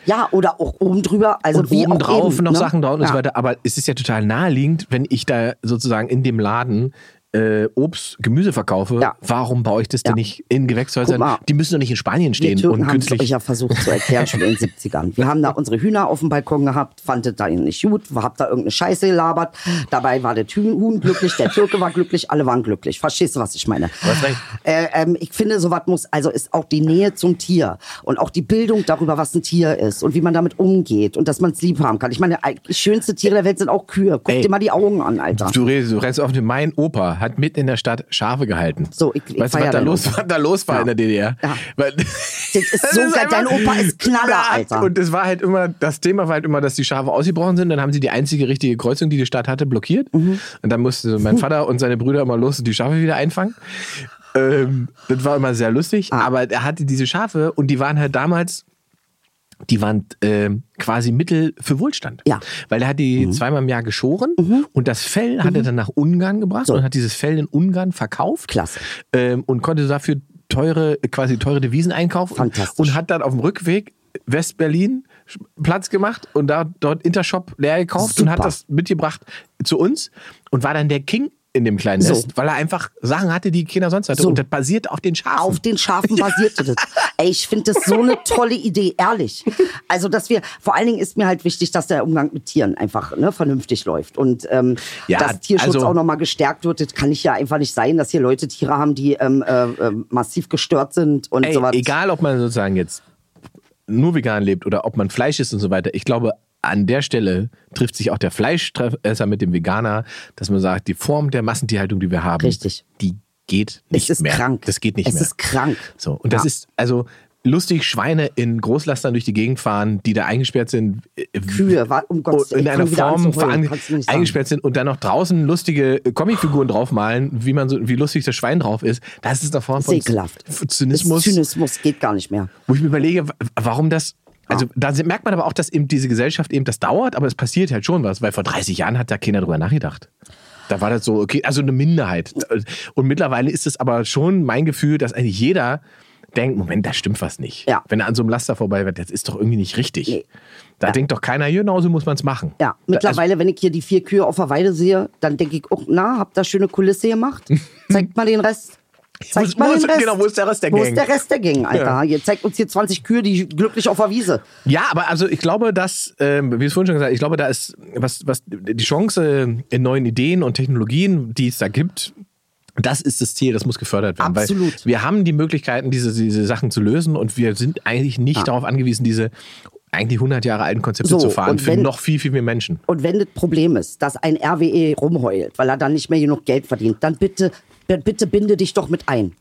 Ja, oder auch oben drüber. Mhm. Also und wie oben auch drauf eben, noch ne? Sachen drauf und so Ja. weiter. Aber es ist ja total naheliegend, wenn ich da sozusagen in dem Laden äh, Obst, Gemüse verkaufe. Ja. Warum baue ich das denn Ja. nicht in Guck Gewächshäusern? mal. Die müssen doch nicht in Spanien Wir stehen Türken und haben es künstlich. euch ja versucht zu erklären, schon in den 70ern. Wir haben da unsere Hühner auf dem Balkon gehabt, fandet da ihn nicht gut, habt da irgendeine Scheiße gelabert. Dabei war der Hühn Huhn glücklich, der Türke war glücklich, alle waren glücklich. Verstehst du, was ich meine? Du hast recht. Äh, ähm, ich finde, sowas muss, also ist auch die Nähe zum Tier und auch die Bildung darüber, was ein Tier ist und wie man damit umgeht und dass man es lieb haben kann. Ich meine, die schönste Tiere der Welt sind auch Kühe. Guck Ey. dir mal die Augen an, Alter. Du, redest, du rennst auf den Mein Opa hat mitten in der Stadt Schafe gehalten. So, ich- weißt ich du, was feier da, deinen los, Opa. was da los war Ja. in der DDR? Ja. Weil, Das ist so geil. Dein Opa ist Knaller, Alter. Und es war halt immer, das Thema war halt immer, dass die Schafe ausgebrochen sind. Dann haben sie die einzige richtige Kreuzung, die die Stadt hatte, blockiert. Mhm. Und dann musste mein Vater und seine Brüder immer los und die Schafe wieder einfangen. Ähm, das war immer sehr lustig. Ah. Aber er hatte diese Schafe und die waren halt damals die waren ähm, quasi Mittel für Wohlstand. Ja. Mhm. Weil er hat die zweimal im Jahr geschoren und das Fell hat er dann nach Ungarn gebracht und hat dieses Fell in Ungarn verkauft. Klasse. Ähm, und konnte dafür teure, quasi teure Devisen einkaufen. Fantastisch. Und hat dann auf dem Rückweg West-Berlin Platz gemacht und da dort Intershop leer gekauft und Super. hat das mitgebracht zu uns und war dann der King in dem kleinen So. Nest, weil er einfach Sachen hatte, die keiner sonst hatte. So. Und das basiert auf den Schafen. auf den Schafen basierte das. Ey, ich finde das so eine tolle Idee, ehrlich. Also, dass wir, vor allen Dingen ist mir halt wichtig, dass der Umgang mit Tieren einfach ne, vernünftig läuft. Und ähm, Ja, dass Tierschutz also- auch nochmal gestärkt wird, das kann ich ja einfach nicht sein, dass hier Leute Tiere haben, die ähm, äh, äh, massiv gestört sind und Ey, sowas. egal, ob man sozusagen jetzt nur vegan lebt oder ob man Fleisch isst und so weiter, ich glaube, an der Stelle trifft sich auch der Fleischesser mit dem Veganer, dass man sagt, die Form der Massentierhaltung, die wir haben, Richtig. die geht nicht Es ist mehr. krank. Das geht nicht es mehr. Es ist krank. So, und das Ja. ist also lustig, Schweine in Großlastern durch die Gegend fahren, die da eingesperrt sind. äh, oh, Kühe, wa- um Gottes Willen, in ich einer fang wieder an Form zu heulen, verange- kannst du nicht sagen. eingesperrt sind und dann noch draußen lustige äh, Comicfiguren draufmalen, wie man so, wie lustig das Schwein drauf ist. Das ist eine Form Ist von ekelhaft. Z- Zynismus. Das Zynismus geht gar nicht mehr. Wo ich mir überlege, wa- warum das. Also da se- merkt man aber auch, dass eben diese Gesellschaft eben das dauert, aber es passiert halt schon was, weil vor 30 Jahren hat da keiner drüber nachgedacht. Da war das so, okay, also eine Minderheit. Und mittlerweile ist es aber schon mein Gefühl, dass eigentlich jeder denkt, Moment, da stimmt was nicht. Ja. Wenn er an so einem Laster vorbei wird, das ist doch irgendwie nicht richtig. Nee. Da denkt doch keiner, genau so muss man es machen. also, Ja, mittlerweile, wenn ich hier die vier Kühe auf der Weide sehe, dann denke ich, oh, na, habt da schöne Kulisse gemacht? Zeigt mal den Rest. Wo ist- wo ist- genau, wo ist der Rest der Wo Gang? ist der Rest der Gang, Alter? Ja. Ihr zeigt uns hier 20 Kühe, die glücklich auf der Wiese. Ja, aber also ich glaube, dass, ähm, wie es vorhin schon gesagt, ich glaube, da ist was, was die Chance äh, in neuen Ideen und Technologien, die es da gibt, das ist das Ziel, das muss gefördert werden. Weil Absolut. wir haben die Möglichkeiten, diese, diese Sachen zu lösen und wir sind eigentlich nicht darauf angewiesen, diese eigentlich 100 Jahre alten Konzepte So, zu fahren und für wenn- noch viel, viel mehr Menschen. Und wenn das Problem ist, dass ein RWE rumheult, weil er dann nicht mehr genug Geld verdient, dann bitte, dann bitte binde dich doch mit ein.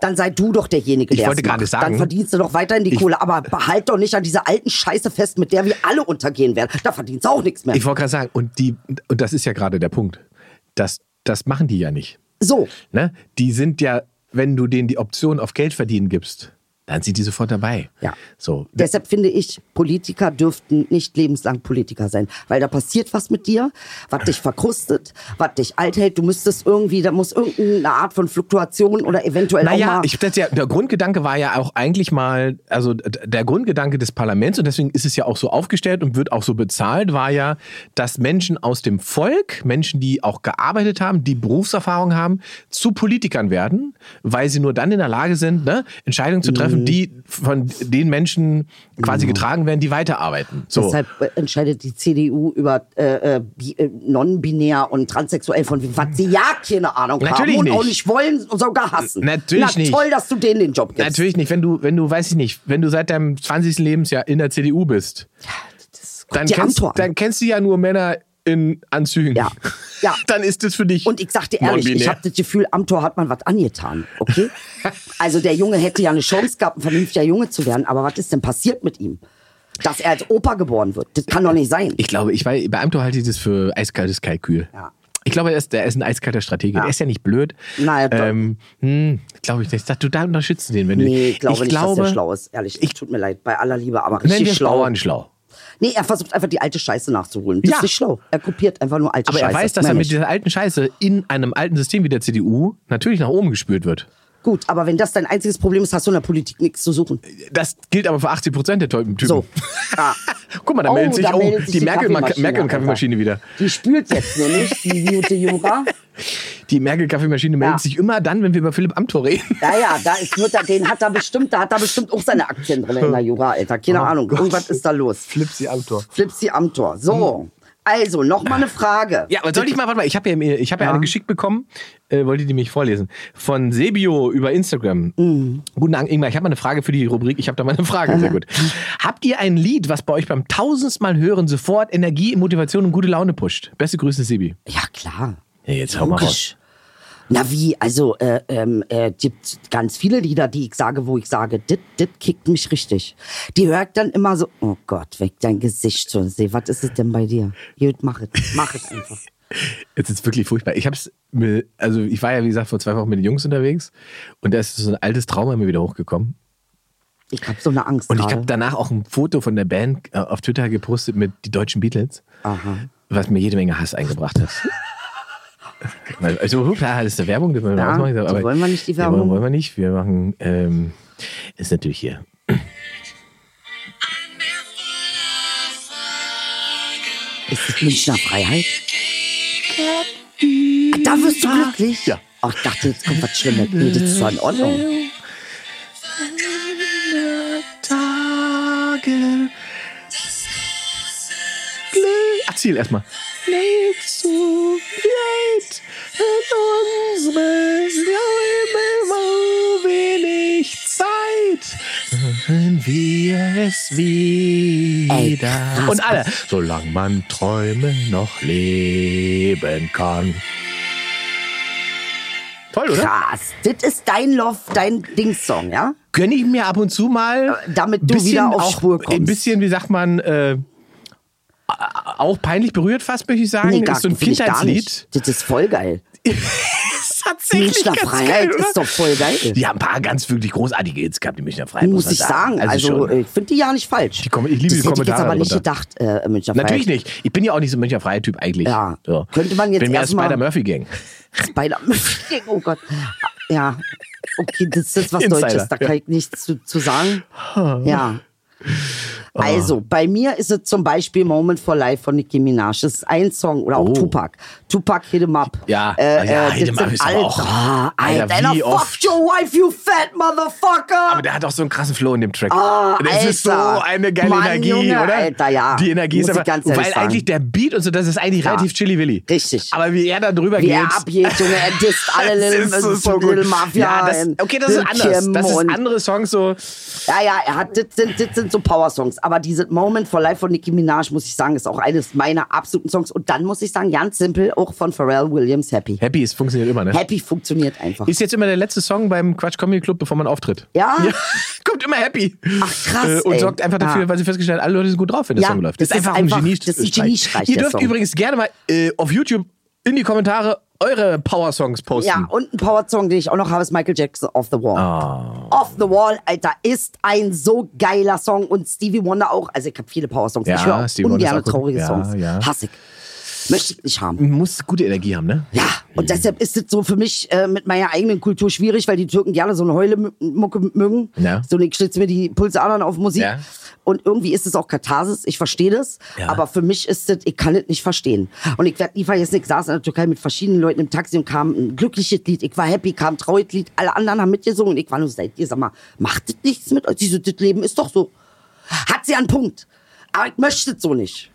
Dann sei du doch derjenige, Ich der wollte es macht. gerade sagen- Dann verdienst du doch weiterhin die Ich- Kohle, aber behalt doch nicht an dieser alten Scheiße fest, mit der wir alle untergehen werden. Da verdienst du auch nichts mehr. Ich wollte gerade sagen, und, die, und das ist ja gerade der Punkt, das, das machen die ja nicht. so. Ne? Die sind ja, wenn du denen die Option auf Geld verdienen gibst, dann sind die sofort dabei. Ja. So, Deshalb finde ich, Politiker dürften nicht lebenslang Politiker sein, weil da passiert was mit dir, was dich verkrustet, was dich alt hält. Du müsstest irgendwie, da muss irgendeine Art von Fluktuation oder eventuell auch Naja, mal. ich, das ja, der Grundgedanke war ja auch eigentlich mal, also d- der Grundgedanke des Parlaments, und deswegen ist es ja auch so aufgestellt und wird auch so bezahlt, war ja, dass Menschen aus dem Volk, Menschen, die auch gearbeitet haben, die Berufserfahrung haben, zu Politikern werden, weil sie nur dann in der Lage sind, ne, Entscheidungen zu treffen, die von den Menschen quasi getragen werden, die weiterarbeiten. So. Deshalb äh, entscheidet die CDU über äh, äh, bi- äh, non-binär und transsexuell von was sie ja keine Ahnung Natürlich haben und auch nicht. nicht wollen und sogar hassen. Natürlich Na, nicht. toll, dass du denen den Job gibst. Natürlich nicht, wenn du, wenn du, weiß ich nicht, wenn du seit deinem 20. Lebensjahr in der CDU bist, dann dir kennst, an, Thorsten. dann kennst du ja nur Männer in Anzügen. Ja. Ja. Dann ist das für dich. Und ich sag dir ehrlich, ich non-binär. habe das Gefühl, am Tor hat man was angetan, okay? Also der Junge hätte ja eine Chance gehabt, ein vernünftiger Junge zu werden, aber was ist denn passiert mit ihm? Dass er als Opa geboren wird, das kann doch nicht sein. Ich glaube, ich bei, bei Amthor halte ich das für eiskaltes Kalkül. Ja. Ich glaube, er ist, er ist ein eiskalter Stratege. Der ist ja nicht blöd. Nein, doch. ähm, hm, glaube ich nicht. Ich dachte, Du da unterstützt du den, wenn du. nee, ich glaube nicht, dass glaube, der schlau ist. Ehrlich, ich, tut mir leid, bei aller Liebe, aber Nennen richtig wir schlau. Bauern schlau. Nee, er versucht einfach die alte Scheiße nachzuholen. Das Ja. ist nicht schlau. Er kopiert einfach nur alte Aber Scheiße. er weiß, dass Mehr er mit nicht. dieser alten Scheiße in einem alten System wie der CDU natürlich nach oben gespült wird. Gut, aber wenn das dein einziges Problem ist, hast du in der Politik nichts zu suchen. Das gilt aber für 80 Prozent der Typen. So. Ah. Guck mal, da meldet sich, da oh, meldet die, sich Merkel, Kaffeemaschine, Merkel Alter. Kaffeemaschine wieder. Die spült jetzt nämlich, die gute Jura. Die Merkel Kaffeemaschine meldet Ja. sich immer dann, wenn wir über Philipp Amthor reden. Ja, ja, da ist, wird er, den hat er bestimmt, da hat er bestimmt auch seine Aktien drin in der Jura, Alter. Keine Ahnung, irgendwas ist da los. Flipsi Amthor. Flipsi Amtor. So, also, noch mal eine Frage. Hm. Ja, aber soll ich mal, warte mal, ich habe ja, mir- ich hab ja. Ja. eine geschickt bekommen, äh, wollte die mich vorlesen. Von Sebio über Instagram. Guten Abend, Ingmar, ich habe mal eine Frage für die Rubrik, ich habe da mal eine Frage, sehr gut. Habt ihr ein Lied, was bei euch beim tausendstmal Hören sofort Energie, Motivation und gute Laune pusht? Beste Grüße, Sebi. Ja, klar. Ja, jetzt hau mal raus. Na wie, also äh, ähm, äh, gibt ganz viele Lieder, die ich sage, wo ich sage, dit, dit kickt mich richtig. Die hört dann immer so, oh Gott, weg dein Gesicht schon, seh, was ist es denn bei dir? Gut, mach es, mach es einfach. Es ist wirklich furchtbar. Ich hab's, mir- also ich war ja, wie gesagt, vor zwei Wochen mit den Jungs unterwegs und da ist so ein altes Trauma mir wieder hochgekommen. Ich hab so eine Angst Und ich gerade. habe danach auch ein Foto von der Band äh, auf Twitter gepostet mit die deutschen Beatles, Aha. was mir jede Menge Hass eingebracht hat. Weil- also klar, das ist eine Werbung, die wollen wir Ja, ausmachen. so aber- wollen wir nicht die Nee, Werbung. wollen- wollen wir nicht. Wir machen, ähm, ist natürlich hier. Ist das Münchner Freiheit? Ah, Da wirst du glücklich. Ja. Ach, ich dachte, jetzt kommt was Schlimmes. Nee, das ist zwar in Ordnung. Tage. Erzähl erstmal. wenig Zeit, hören wir es Ey, wieder. krass. Und alle, solange man Träume noch leben kann. Toll, oder? Krass. Das ist dein Love, dein Ding-Song, ja? Gönne ich mir ab und zu mal. Äh, Damit ein du bisschen wieder auf auch, Spur kommst. Ein bisschen, wie sagt man, äh, auch peinlich berührt fast, möchte ich sagen. gar- ist so ein find ich gar Kindheitslied. nicht. Das ist voll geil. Ist tatsächlich Münchner ganz Freiheit geil, oder? ist doch voll geil. Die haben ein paar ganz wirklich großartige Hits gehabt, die Münchner Freiheit. muss man ich sagen. Also, schon. ich finde die ja nicht falsch. Die Kom- ich liebe die das hätte ich jetzt Kommentare aber nicht darunter. gedacht, äh, Münchner Freiheit. Natürlich nicht. Ich bin ja auch nicht so ein Münchner Freiheit-Typ eigentlich. Ja. So. Könnte man jetzt Bin mehr erst mal- Spider-Murphy-Gang. Spider. oh Gott. Ja. Okay, das ist was Insider, Deutsches, da ja. Hm. kann ich nichts zu, zu sagen. Ja. Ah. Also, bei mir ist es zum Beispiel Moment for Life von Nicki Minaj. Das ist ein Song oder auch Oh. Tupac. Tupac, hit 'em up. Ja, Ah äh, ja, äh, hit 'em up das sind ist aber alle- auch- Ah, Alter, Alter, Alter wie oft- fuck your wife, you fat motherfucker. Aber der hat auch so einen krassen Flow in dem Track. Ah, das ist so Alter. eine geile Mann, Energie, Junge, oder? Alter, ja. Die Energie Muss ist ich aber, ganz ehrlich weil sagen. eigentlich der Beat und so, das ist eigentlich relativ Chili Willy. Richtig. Aber wie er da drüber Wie geht. er abgeht, Junge, er disst alle das Little, ist so, so gut. Little Mafia. Ja, das, und okay, das ist Lil anders. Kim Das ist und- andere Songs so. Ja, ja, er hat, das sind, das sind so Power-Songs. Aber diese Moment for Life von Nicki Minaj, muss ich sagen, ist auch eines meiner absoluten Songs. Und dann muss ich sagen, ganz simpel, auch von Pharrell Williams, Happy. Happy, es funktioniert immer, ne? Happy funktioniert einfach. Ist jetzt immer der letzte Song beim Quatsch Comedy Club, bevor man auftritt. Ja? Kommt immer happy. Äh, Ach, krass, und ey. sorgt einfach Ja. dafür, weil sie festgestellt haben, alle Leute sind gut drauf, wenn der Ja, Song läuft. das ist einfach- das ist ein Geniestreich, Äh, Ihr der dürft Song. übrigens gerne mal äh, auf YouTube in die Kommentare eure Power-Songs posten. Ja, und ein Power-Song, den ich auch noch habe, ist Michael Jackson, Off the Ah. Wall. Off the Wall, Alter, ist ein so geiler Song. Und Stevie Wonder auch. Also ich habe viele Power-Songs. Ja, ich höre auch Stevie Wonder ungern ist auch gut. traurige Ja, Songs. ja. Hassig. Möchte ich nicht haben. Muss gute Energie haben, ne? Ja, und deshalb ist es so für mich äh, mit meiner eigenen Kultur schwierig, weil die Türken gerne so eine Heulemucke mögen. Ja. So, ich schlitze mir die Pulsadern auf Musik. Ja. Und irgendwie ist es auch Katharsis, ich verstehe das. Ja. Aber für mich ist es, ich kann es nicht verstehen. Und ich werde nie vergessen, ich saß in der Türkei mit verschiedenen Leuten im Taxi und kam ein glückliches Lied, ich war happy, kam ein trauriges Lied, alle anderen haben mitgesungen. Ich war nur, seid ihr, sag mal, macht das nichts mit euch? Die so, das Leben ist doch so. Hat sie einen Punkt. Aber ich möchte es so nicht.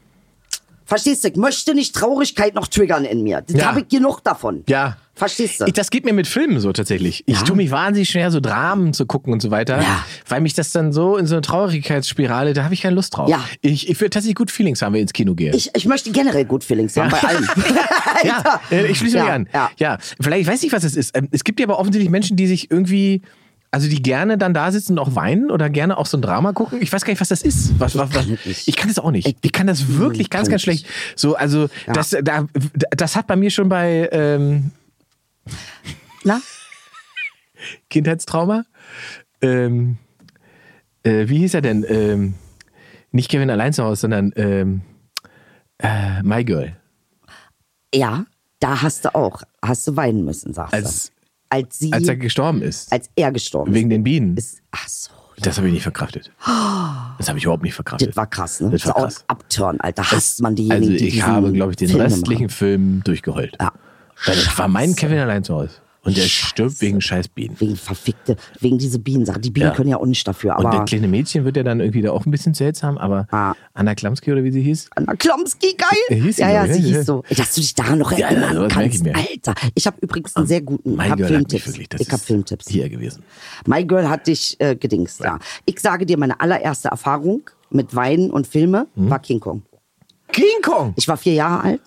Verstehst du? Ich möchte nicht Traurigkeit noch triggern in mir. Das Ja. habe ich genug davon. Ja. Verstehst du? Ich, das geht mir mit Filmen so tatsächlich. Ich Ja. tue mich wahnsinnig schwer, so Dramen zu gucken und so weiter, Ja. weil mich das dann so in so eine Traurigkeitsspirale, da habe ich keine Lust drauf. Ja. Ich, ich würde tatsächlich gut Feelings haben, wenn ich ins Kino gehe. ich, ich möchte generell gut Feelings haben bei allem. ja, Alter. äh, ich schließe mich Ja, an. Ja. Ja. vielleicht, ich weiß nicht, was es ist. Ähm, Es gibt ja aber offensichtlich Menschen, die sich irgendwie, also die gerne dann da sitzen und auch weinen oder gerne auch so ein Drama gucken. Ich weiß gar nicht, was das ist. Was, was, was. kann es nicht. Ich kann das auch nicht. Ich kann das wirklich ganz, kann ganz ich schlecht. So, also das, da, das hat bei mir schon bei ähm, Na? Kindheitstrauma. Ähm, äh, wie hieß er denn? Ähm, nicht Kevin allein zu Hause, sondern ähm, äh, My Girl. Ja, da hast du auch, hast du weinen müssen, sagst Als- du. Als sie, Als als er er, gestorben ist. gestorben Wegen den Bienen. ist. Ach so, ja. Das habe ich nicht verkraftet. Das habe ich überhaupt nicht verkraftet. Das war krass, ne? Das war auch krass. ein Upturn, Alter. Hasst man diejenigen, Also die ich diesen habe, glaube ich, den Filme restlichen Film durchgeheult. Ja. Weil das war mein Scheiße. Kevin allein zu Hause. Und der Scheiße. stirbt wegen scheiß Bienen. machen. Wegen verfickte, wegen diese Bienensache. Die Bienen Ja. können ja auch nicht dafür, Und der aber kleine Mädchen wird ja dann irgendwie da auch ein bisschen seltsam, aber Ah. Anna Klamski oder wie sie hieß, Anna Klomski, geil. Äh, hieß sie ja, so, ja, ja, sie ja. hieß so. Dass du dich daran noch Ja, erinnern sowas merke ich kannst. mir. Alter, ich habe übrigens einen sehr guten, ich mein habe Gott, hat mich Filmtipps. wirklich, das ich habe ist Filmtipps. hier gewesen. My Girl hat dich äh, gedingst, ja. Ich sage dir, meine allererste Erfahrung mit Weinen und Filme Hm? war King Kong. King Kong! Ich war vier Jahre alt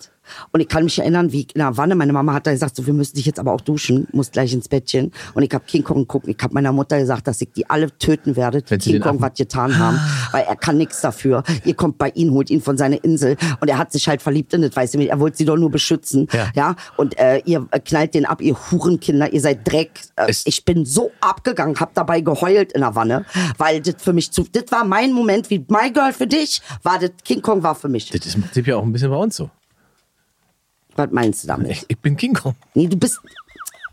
und ich kann mich erinnern, wie ich in der Wanne, meine Mama hat da gesagt, so, wir müssen dich jetzt aber auch duschen, musst gleich ins Bettchen. Und ich habe King Kong geguckt. Ich habe meiner Mutter gesagt, dass ich die alle töten werde, die Wenn sie den King Kong Affen- Ah. was getan haben, weil er kann nichts dafür. Ihr kommt bei ihn, holt ihn von seiner Insel und er hat sich halt verliebt in das, weißt du, nicht. er wollte sie doch nur beschützen. Ja. ja? Und äh, ihr knallt den ab, ihr Hurenkinder, ihr seid Dreck. Äh, Es- ich bin so abgegangen, habe dabei geheult in der Wanne, weil das für mich zu, das war mein Moment, wie My Girl für dich, war das King Kong war für mich. Das ist im Prinzip ja auch ein bisschen bei uns so. Was meinst du damit? Ich, ich bin King Kong. Nee, du bist.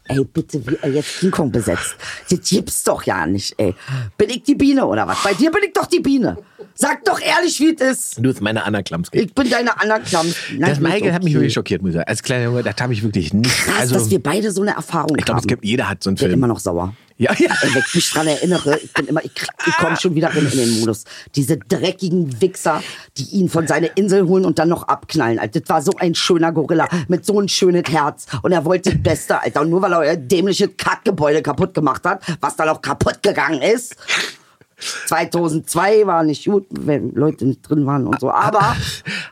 Ey, bitte, wie er jetzt King Kong besetzt. Das gibt's doch ja nicht, ey. Bin ich die Biene oder was? Bei dir bin ich doch die Biene. Sag doch ehrlich, wie es ist. Du bist meine Anna Klamski. Ich bin deine Anna-Klamm. das Michael hat mich wirklich schockiert, muss ich sagen. Als kleiner Junge, das habe ich wirklich nicht. Krass, also, dass wir beide so eine Erfahrung ich glaube, es haben. gibt, jeder hat so einen ich bin Film. immer noch sauer. Ja, ja. Ey, wenn ich mich dran erinnere, ich bin immer, ich, krieg- ich komme schon wieder in, in den Modus. Diese dreckigen Wichser, die ihn von seiner Insel holen und dann noch abknallen. Alter, das war so ein schöner Gorilla mit so einem schönen Herz. Und er wollte das Beste, Alter. Und nur weil er euer dämliches Kackgebäude kaputt gemacht hat, was dann auch kaputt gegangen ist. 2002 war nicht gut, wenn Leute nicht drin waren und so. Aber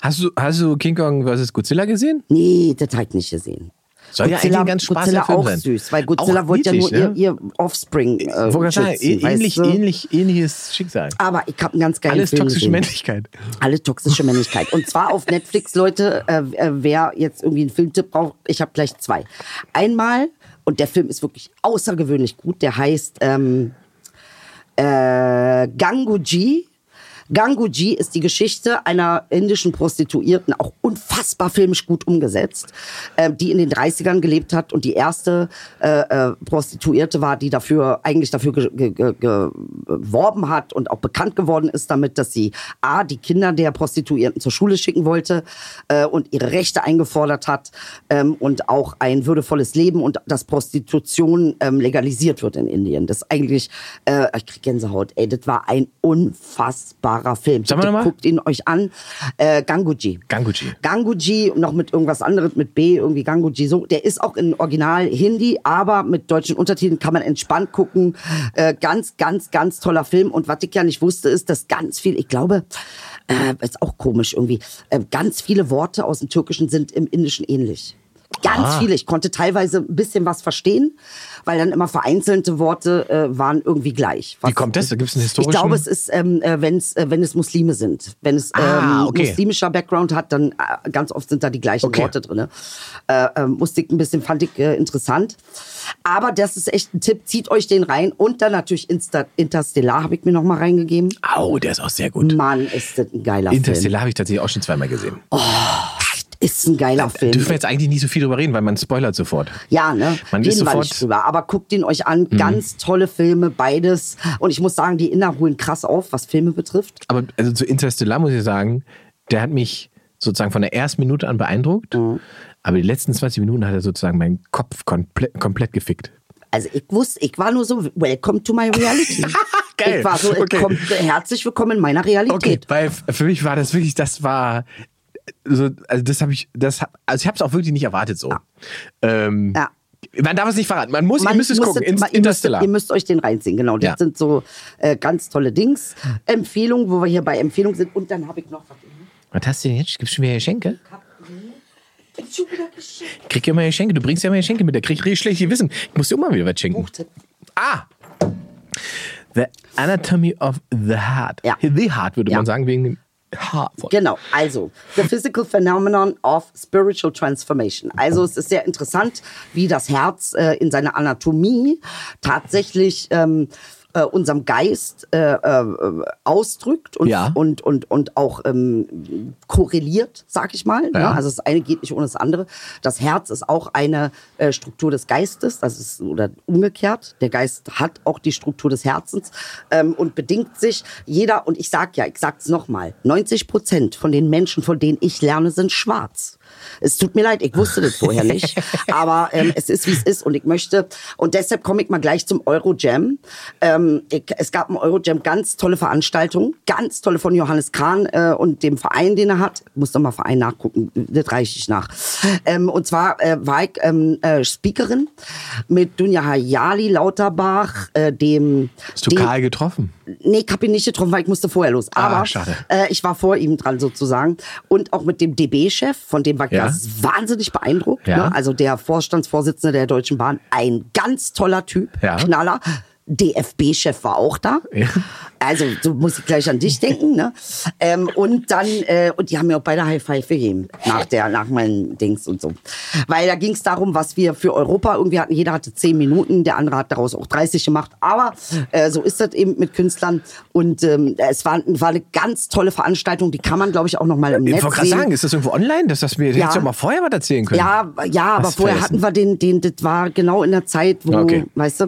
Hast du, hast du King Kong vs. Godzilla gesehen? nee, das habe ich nicht gesehen. Soll ja eigentlich ein ganz spaßiger Godzilla Film auch sein. süß, weil Godzilla Auch wollte ja nur niedlich, ne? ihr, ihr Offspring äh, Wollte gerade sagen, schützen, äh, ähnlich, weißt du? ähnlich, ähnliches Schicksal. Aber ich habe einen ganz geilen Alles Film toxische gesehen. Männlichkeit. Alle toxische Männlichkeit. Und zwar auf Netflix, Leute, äh, äh, wer jetzt irgendwie einen Filmtipp braucht, ich habe gleich zwei. Einmal, und der Film ist wirklich außergewöhnlich gut, der heißt ähm, äh, Ganguji. Ganguji ist die Geschichte einer indischen Prostituierten, auch unfassbar filmisch gut umgesetzt, ähm, die in den 30ern gelebt hat und die erste äh, äh, Prostituierte war, die dafür eigentlich dafür ge ge ge geworben hat und auch bekannt geworden ist damit, dass sie a die Kinder der Prostituierten zur Schule schicken wollte äh, und ihre Rechte eingefordert hat ähm, und auch ein würdevolles Leben und dass Prostitution ähm, legalisiert wird in Indien. Das ist eigentlich, äh, ich krieg Gänsehaut. Ey, das war ein unfassbarer Film. Sag mal Bitte nochmal. Guckt ihn euch an. Äh, Ganguji. Ganguji. Ganguji, noch mit irgendwas anderem, mit B, irgendwie Ganguji. So, der ist auch in Original Hindi, aber mit deutschen Untertiteln kann man entspannt gucken. Äh, ganz, ganz, ganz toller Film. Und was ich ja nicht wusste, ist, dass ganz viel, ich glaube, äh, ist auch komisch irgendwie, äh, ganz viele Worte aus dem Türkischen sind im Indischen ähnlich. Ganz Ah. viele. Ich konnte teilweise ein bisschen was verstehen, weil dann immer vereinzelte Worte äh, waren irgendwie gleich. Was- kommt das? Da gibt's einen Ich historischen- glaube, es ist, ähm, äh, wenn's, äh, wenn es Muslime sind. Wenn es Ah, ähm, okay. Muslime muslimischer Background hat, dann äh, ganz oft sind da die gleichen Okay. Worte drin. Äh, ähm, musste ich ein bisschen, fand ich äh, interessant. Aber das ist echt ein Tipp, zieht euch den rein. Und dann natürlich Insta Interstellar habe ich mir nochmal reingegeben. Au, der ist auch sehr gut. Mann, ist das ein geiler Film. Interstellar habe ich tatsächlich auch schon zweimal gesehen. Oh, Ist ein geiler Film. Äh, Dürfen wir jetzt eigentlich nicht so viel drüber reden, weil man spoilert sofort. Ja, ne? Man Reden ist wir sofort- Mhm. nicht drüber. Aber guckt ihn euch an. Ganz tolle Filme, beides. Und ich muss sagen, die Inner holen krass auf, was Filme betrifft. Aber also zu Interstellar muss ich sagen, der hat mich sozusagen von der ersten Minute an beeindruckt. Mhm. Aber die letzten 20 Minuten hat er sozusagen meinen Kopf komple komplett gefickt. Also ich wusste, ich war nur so, welcome to my reality. Geil. Ich war so, Okay. komm, herzlich willkommen in meiner Okay, Realität. weil f- für mich war das wirklich, das war, so, also das habe ich, das hab, also ich habe es auch wirklich nicht erwartet so. Ähm, Ah. Ja. Man darf es nicht verraten, man muss, ihr müsst es muss gucken, das- Inst- man- ihr müsst, Interstellar. ihr müsst euch den reinziehen, genau. Das Ja. sind so äh, ganz tolle Dings. Empfehlungen, wo wir hier bei Empfehlungen sind. Und dann habe ich noch was. Was hast du denn jetzt? Gibst du mir Geschenke? Ich schon wieder geschickt. Ich krieg ja immer Geschenke, du bringst ja immer Geschenke mit, da krieg ich richtig schlechte Wissen. Ich muss dir immer wieder was schenken. Buchtipp. Ah! The Anatomy of the Heart. Ja. The Heart würde Ja. man sagen, wegen dem Haar. Genau, also The Physical Phenomenon of Spiritual Transformation. Also es ist sehr interessant, wie das Herz äh, in seiner Anatomie tatsächlich ähm, äh, unserem Geist äh, äh, ausdrückt und, Ja. und, und, und auch ähm, korreliert, sag ich mal. Ja. Ne? Also das eine geht nicht ohne das andere. Das Herz ist auch eine äh, Struktur des Geistes, das ist oder umgekehrt. Der Geist hat auch die Struktur des Herzens ähm, und bedingt sich jeder. Und ich sag ja, ich sag's nochmal: 90 Prozent von den Menschen, von denen ich lerne, sind schwarz. Es tut mir leid, ich wusste das vorher nicht, aber ähm, es ist wie es ist und ich möchte und deshalb komme ich mal gleich zum Eurojam. Ähm, ich, es gab im Eurojam ganz tolle Veranstaltungen, ganz tolle von Johannes Kahn äh, und dem Verein, den er hat. Ich muss doch mal Verein nachgucken, das reiche ich nach. Ähm, und zwar äh, war ich ähm, äh, Speakerin mit Dunja Hayali Lauterbach, äh, dem Hast du dem- Karl getroffen? Nee, ich hab ihn nicht getroffen, weil ich musste vorher los. Aber Ah, schade. äh, ich war vor ihm dran sozusagen. Und auch mit dem DB-Chef, von dem war ich Ja. ganz wahnsinnig beeindruckt. Ja. Ne? Also der Vorstandsvorsitzende der Deutschen Bahn, ein ganz toller Typ, Ja. Knaller. DFB-Chef war auch da. Ja. Also so muss ich gleich an dich denken. Ne? Ähm, und dann, äh, und die haben mir auch beide High Five gegeben, nach, der, nach meinen Dings und so. Weil da ging es darum, was wir für Europa irgendwie hatten. Jeder hatte zehn Minuten, der andere hat daraus auch 30 gemacht. Aber äh, so ist das eben mit Künstlern. Und ähm, es war, war eine ganz tolle Veranstaltung, die kann man, glaube ich, auch noch mal im Ich Netz wollte gerade sehen. sagen, ist das irgendwo online? Das, das mir Ja. hättest du doch mal vorher was erzählen können. Ja, ja, aber Hast du vorher vergessen. Ah, hatten wir den, den, das war genau in der Zeit, wo, Okay. weißt du.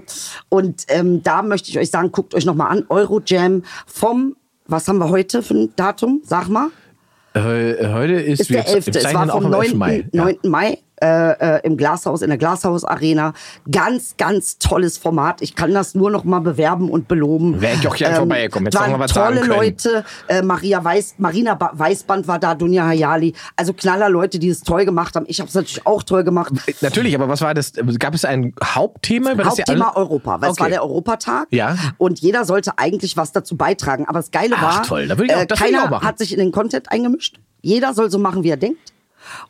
Und ähm, da möchte ich euch sagen, guckt euch nochmal an, Eurojam vom, was haben wir heute für ein Datum? Sag mal. Heu- Heute ist, Ist der 11. Wir Es war zeichnen auch vom am 11. 9. Mai. Mai, 9. Mai äh, äh, im Glashaus, in der Glashaus-Arena. Ganz, ganz tolles Format. Ich kann das nur noch mal bewerben und beloben. Ähm, Wär ich auch gern vorbeigekommen. Hättest waren auch mal was tolle sagen können. Leute. Äh, Maria Weiß, Marina ba Weißband war da, Dunja Hayali. Also knaller Leute, die es toll gemacht haben. Ich habe es natürlich auch toll gemacht. Ja. Äh, Natürlich, aber was war das? Gab es ein Hauptthema? War das ja Hauptthema alle- Europa, weil es Okay. war der Europatag Ja. und jeder sollte eigentlich was dazu beitragen. Aber das Geile Ach, war, äh, toll, da will ich auch- das will ich keiner auch machen. hat sich in den Content eingemischt. Jeder soll so machen, wie er denkt.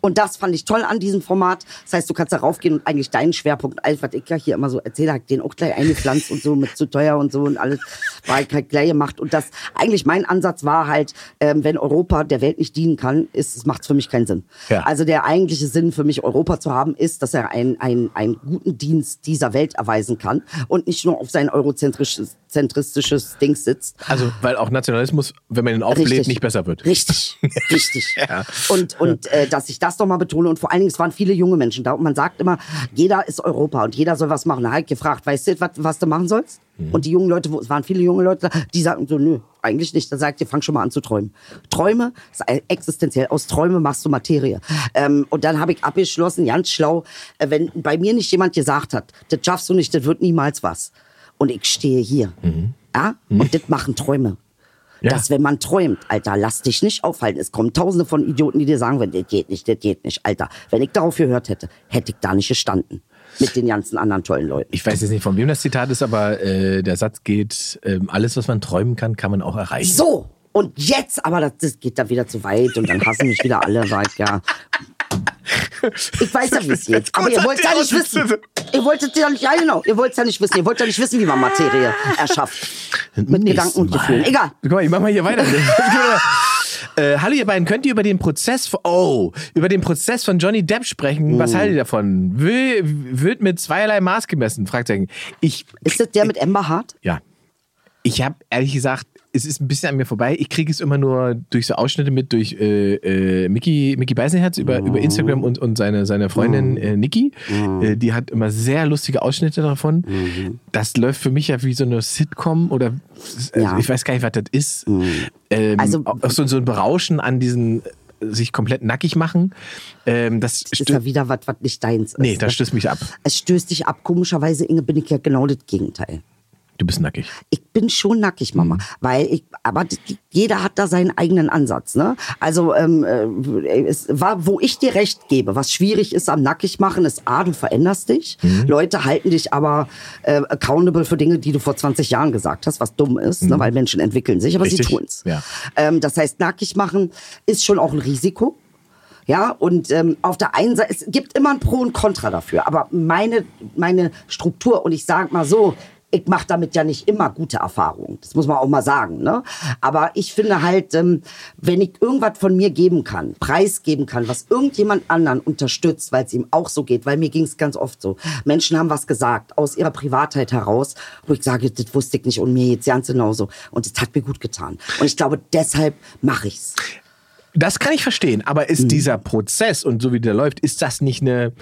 Und das fand ich toll an diesem Format. Das heißt, du kannst da raufgehen und eigentlich deinen Schwerpunkt, alles, was ich ja hier immer so erzähle, hab ich den auch gleich eingepflanzt und so mit zu teuer und so und alles, war ich halt gleich gemacht. Und das, eigentlich mein Ansatz war halt, ähm, wenn Europa der Welt nicht dienen kann, ist, macht es für mich keinen Sinn. Ja. Also der eigentliche Sinn für mich, Europa zu haben, ist, dass er einen, einen, einen guten Dienst dieser Welt erweisen kann und nicht nur auf sein eurozentrisches zentristisches Ding sitzt. Also, weil auch Nationalismus, wenn man ihn aufbläht, nicht besser wird. Richtig, richtig. Und, und äh, dass ich das nochmal betone und vor allen Dingen, es waren viele junge Menschen da und man sagt immer, jeder ist Europa und jeder soll was machen. Da habe ich gefragt, weißt du, was, was du machen sollst? Mhm. Und die jungen Leute, wo- es waren viele junge Leute da, die sagten so, nö, eigentlich nicht. Da sagt ihr, fang schon mal an zu träumen. Träume ist existenziell. Aus Träume machst du Materie. Ähm, und dann habe ich abgeschlossen, ganz schlau, äh, wenn bei mir nicht jemand gesagt hat, das schaffst du nicht, das wird niemals was. Und ich stehe hier. Ja? Und das machen Träume. Mhm. Ja. Das wenn man träumt, Alter, lass dich nicht aufhalten. Es kommen tausende von Idioten, die dir sagen, wenn das geht nicht, das geht nicht, Alter. Wenn ich darauf gehört hätte, hätte ich da nicht gestanden. Mit den ganzen anderen tollen Leuten. Ich weiß jetzt nicht, von wem das Zitat ist, aber äh, der Satz geht, ähm, alles, was man träumen kann, kann man auch erreichen. So, und jetzt, aber das, das geht da wieder zu weit und dann hassen mich wieder alle, weil ich ja. Ich weiß ja, wie es geht. Aber ihr wollt ja nicht wissen. Ihr wolltet ja nicht, ja genau, ihr wollt ja nicht wissen. Ihr wollt ja nicht wissen, wie man Materie erschafft. Mit Gedanken und Gefühlen. Egal. Guck mal, ich mach mal hier weiter. äh, hallo ihr beiden, könnt ihr über den Prozess von, oh, über den Prozess von Johnny Depp sprechen? Oh. Was haltet ihr davon? Will, wird mit zweierlei Maß gemessen? Fragezeichen. Ich, Ist das der mit Amber Hart? ja. Ich habe ehrlich gesagt, es ist ein bisschen an mir vorbei. Ich kriege es immer nur durch so Ausschnitte mit, durch äh, äh, Mickey, Mickey Beisenherz über, über Instagram und, und seine, seine Freundin äh, Niki. Äh, die hat immer sehr lustige Ausschnitte davon. Das läuft für mich ja wie so eine Sitcom oder also Ja. ich weiß gar nicht, was das ist. Ähm, Also- also, auch so, so ein Berauschen an diesen äh, sich komplett nackig machen. Ähm, das Ist ja stößt, wieder was, was nicht deins ist. nee, das ne? stößt mich ab. Es stößt dich ab. Komischerweise, Inge, bin ich ja genau das Gegenteil. Du bist nackig. Ich bin schon nackig, Mama, Mhm. weil ich, aber das- jeder hat da seinen eigenen Ansatz, ne? Also ähm, äh, es war, wo ich dir recht gebe, was schwierig ist am nackig machen, ist a, du veränderst dich. Mhm. Leute halten dich aber äh, accountable für Dinge, die du vor 20 Jahren gesagt hast, was dumm ist, ne? weil Menschen entwickeln sich, aber Mhm. Richtig, sie tun's. ja. Ähm, das heißt, nackig machen ist schon auch ein Risiko. Ja, und ähm, auf der einen Seite, es gibt immer ein Pro und Contra dafür, aber meine, meine Struktur, und ich sage mal so, ich mache damit ja nicht immer gute Erfahrungen. Das muss man auch mal sagen. Ne? Aber ich finde halt, ähm, wenn ich irgendwas von mir geben kann, preisgeben kann, was irgendjemand anderen unterstützt, weil es ihm auch so geht, weil mir ging es ganz oft so. Menschen haben was gesagt aus ihrer Privatheit heraus, wo ich sage, das wusste ich nicht und mir jetzt ganz genauso. Und das hat mir gut getan. Und ich glaube, deshalb mache ich's. Das kann ich verstehen, aber ist dieser Prozess und so wie der läuft, ist das nicht eine,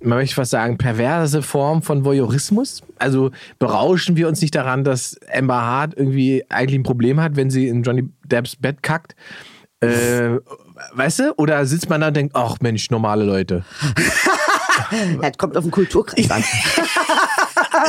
man möchte fast sagen, perverse Form von Voyeurismus? Also berauschen wir uns nicht daran, dass Amber Hart irgendwie eigentlich ein Problem hat, wenn sie in Johnny Depps Bett kackt? Äh, weißt du? Oder sitzt man da und denkt, ach Mensch, normale Leute. Das kommt auf den Kulturkreis an.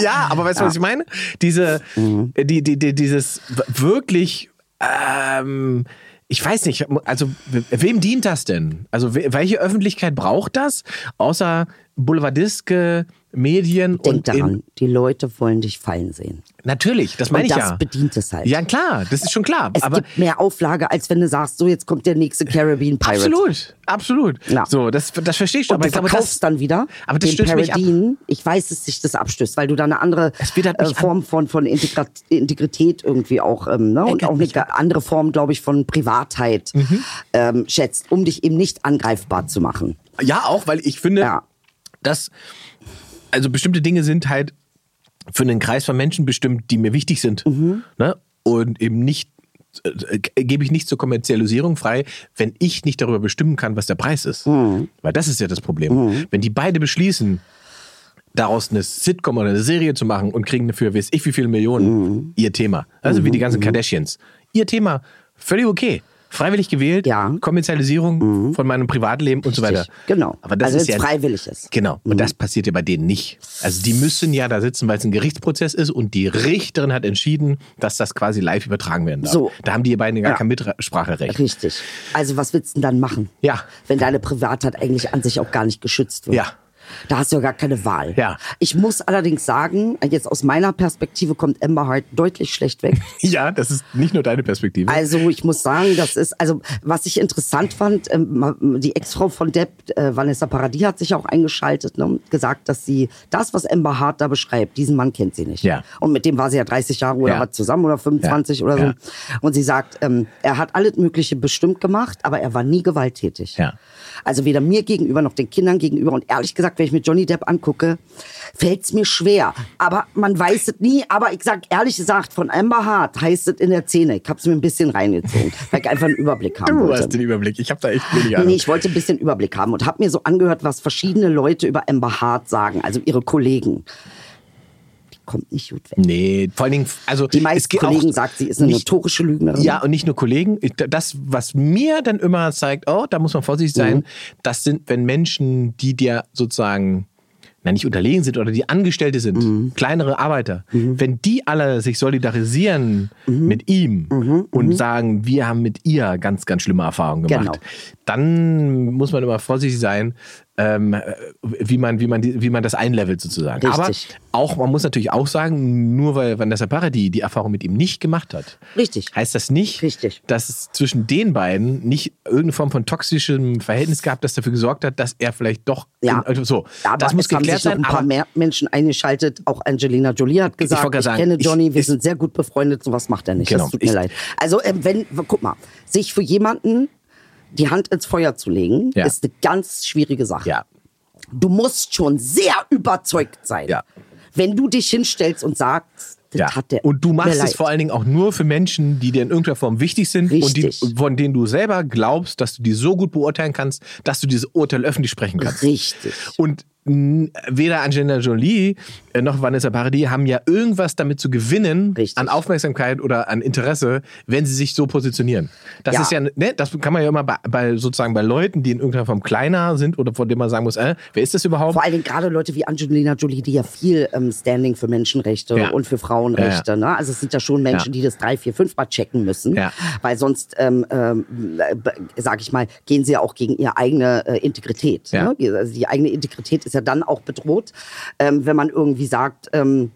ja, Ah. aber weißt du, was ich meine? Diese, Mhm. äh, die, die, die, dieses wirklich, ähm, ich weiß nicht, also we- wem dient das denn? Also we- welche Öffentlichkeit braucht das? Außer Boulevardiske, Medien Denk und in- daran, die Leute wollen dich fallen sehen. natürlich, das meine ich das ja. bedient es halt. Ja, klar, das ist schon klar. Es aber gibt mehr Auflage, als wenn du sagst, so jetzt kommt der nächste Caribbean Pirate. absolut, absolut. Ja. So, das, das verstehe ich schon. Und du ich glaube, verkaufst das, dann wieder aber das den stößt mich ab. Parodien. Ich weiß, dass sich das abstößt, weil du da eine andere äh, Es widert mich an. Form von, von Integra Integrität irgendwie auch ähm, ne? und Ärgert auch eine mich ge- andere Form, glaube ich, von Privatheit Mhm. ähm, schätzt, um dich eben nicht angreifbar zu machen. Ja, auch, weil ich finde, Ja. dass also bestimmte Dinge sind halt für einen Kreis von Menschen bestimmt, die mir wichtig sind. Ne? Und eben nicht äh, äh, gebe ich nicht zur Kommerzialisierung frei, wenn ich nicht darüber bestimmen kann, was der Preis ist. Weil das ist ja das Problem. Wenn die beide beschließen, daraus eine Sitcom oder eine Serie zu machen und kriegen dafür, weiß ich, wie viele Millionen, ihr Thema. Also wie die ganzen Kardashians. Ihr Thema, völlig okay. Freiwillig gewählt, Ja. Mhm. Kommerzialisierung von meinem Privatleben und so weiter. genau. Aber das Also ist wenn's ja freiwillig ist. Genau. Und das passiert ja bei denen nicht. Also die müssen ja da sitzen, weil es ein Gerichtsprozess ist und die Richterin hat entschieden, dass das quasi live übertragen werden darf. So. Da haben die beiden gar Ja. kein Mitspracherecht. Richtig. Also was willst du denn dann machen? Ja. Wenn deine Privatheit eigentlich an sich auch gar nicht geschützt wird. Ja. Da hast du ja gar keine Wahl. Ja. Ich muss allerdings sagen, jetzt aus meiner Perspektive kommt Amber Heard deutlich schlecht weg. Ja, das ist nicht nur deine Perspektive. Also ich muss sagen, das ist, also was ich interessant fand, ähm, die Ex-Frau von Depp, äh, Vanessa Paradis, hat sich auch eingeschaltet ne, und gesagt, dass sie das, was Amber Hart da beschreibt, diesen Mann kennt sie nicht. Ja. Und mit dem war sie ja 30 Jahre oder Ja. was zusammen oder 25 Ja. oder so. Ja. Und sie sagt, ähm, er hat alles Mögliche bestimmt gemacht, aber er war nie gewalttätig. Ja. Also weder mir gegenüber noch den Kindern gegenüber. Und ehrlich gesagt, wenn ich mir Johnny Depp angucke, fällt es mir schwer. Aber man weiß es nie. Aber ich sag ehrlich gesagt, von Amber Hart heißt es in der Szene. Ich habe es mir ein bisschen reingezogen, weil ich einfach einen Überblick haben du wollte. hast den Überblick. Ich habe da echt wenig Ahnung. Nee, ich wollte ein bisschen Überblick haben und habe mir so angehört, was verschiedene Leute über Amber Hart sagen, also ihre Kollegen. Die kommt nicht gut weg. Nee, vor allen Dingen, also Die meisten geht auch Kollegen sagt, sie ist eine nicht- notorische Lügnerin. Ja, und nicht nur Kollegen. Ich- Das, was mir dann immer zeigt, oh, da muss man vorsichtig sein, Mhm. das sind, wenn Menschen, die dir sozusagen, na, nicht unterlegen sind oder die Angestellte sind, Mhm. kleinere Arbeiter, wenn die alle sich solidarisieren Mhm. mit ihm und sagen, wir haben mit ihr ganz, ganz schlimme Erfahrungen gemacht, Genau. dann muss man immer vorsichtig sein, ähm, wie, man, wie, man, die- wie man das einlevelt sozusagen. Richtig. Aber auch, man muss natürlich auch sagen, nur weil Vanessa Paradis die Erfahrung mit ihm nicht gemacht hat, Richtig. heißt das nicht, Richtig. dass es zwischen den beiden nicht irgendeine Form von toxischem Verhältnis gab, das dafür gesorgt hat, dass er vielleicht doch Ja. in, also so Aber das muss es haben geklärt sich noch sein. ein paar Aber mehr Menschen eingeschaltet. Auch Angelina Jolie hat gesagt, wollte ich, gerade sagen, kenne ich- Johnny, wir ich- sind sehr gut befreundet, sowas macht er nicht. Genau, das tut mir ich- leid. Also ähm, wenn, guck mal, sich für jemanden die Hand ins Feuer zu legen, Ja. ist eine ganz schwierige Sache. ja, Du musst schon sehr überzeugt sein, Ja. wenn du dich hinstellst und sagst, das ja. hat der und du tut mir machst es leid. vor allen Dingen auch nur für Menschen, die dir in irgendeiner Form wichtig sind und die, Richtig. von denen du selber glaubst, dass du die so gut beurteilen kannst, dass du dieses Urteil öffentlich sprechen kannst. Richtig. Und n- weder Angelina Jolie äh, noch Vanessa Paradis haben ja irgendwas damit zu gewinnen Richtig. an Aufmerksamkeit oder an Interesse, wenn sie sich so positionieren. Das Ja. ist ja, ne, das kann man ja immer bei, bei sozusagen bei Leuten, die in irgendeiner Form kleiner sind oder von denen man sagen muss, äh, wer ist das überhaupt? Vor allen Dingen gerade Leute wie Angelina Jolie, die ja viel ähm, Standing für Menschenrechte Ja. und für Frauenrechte. Ja, ja. Ne? Also es sind ja schon Menschen, Ja. die das drei, vier, fünf Mal checken müssen. Ja. Weil sonst, ähm, ähm, äh, sag ich mal, gehen sie ja auch gegen ihre eigene äh, Integrität. Ja. Ne? Also die eigene Integrität ist ja dann auch bedroht, ähm, wenn man irgendwie sagt, ähm,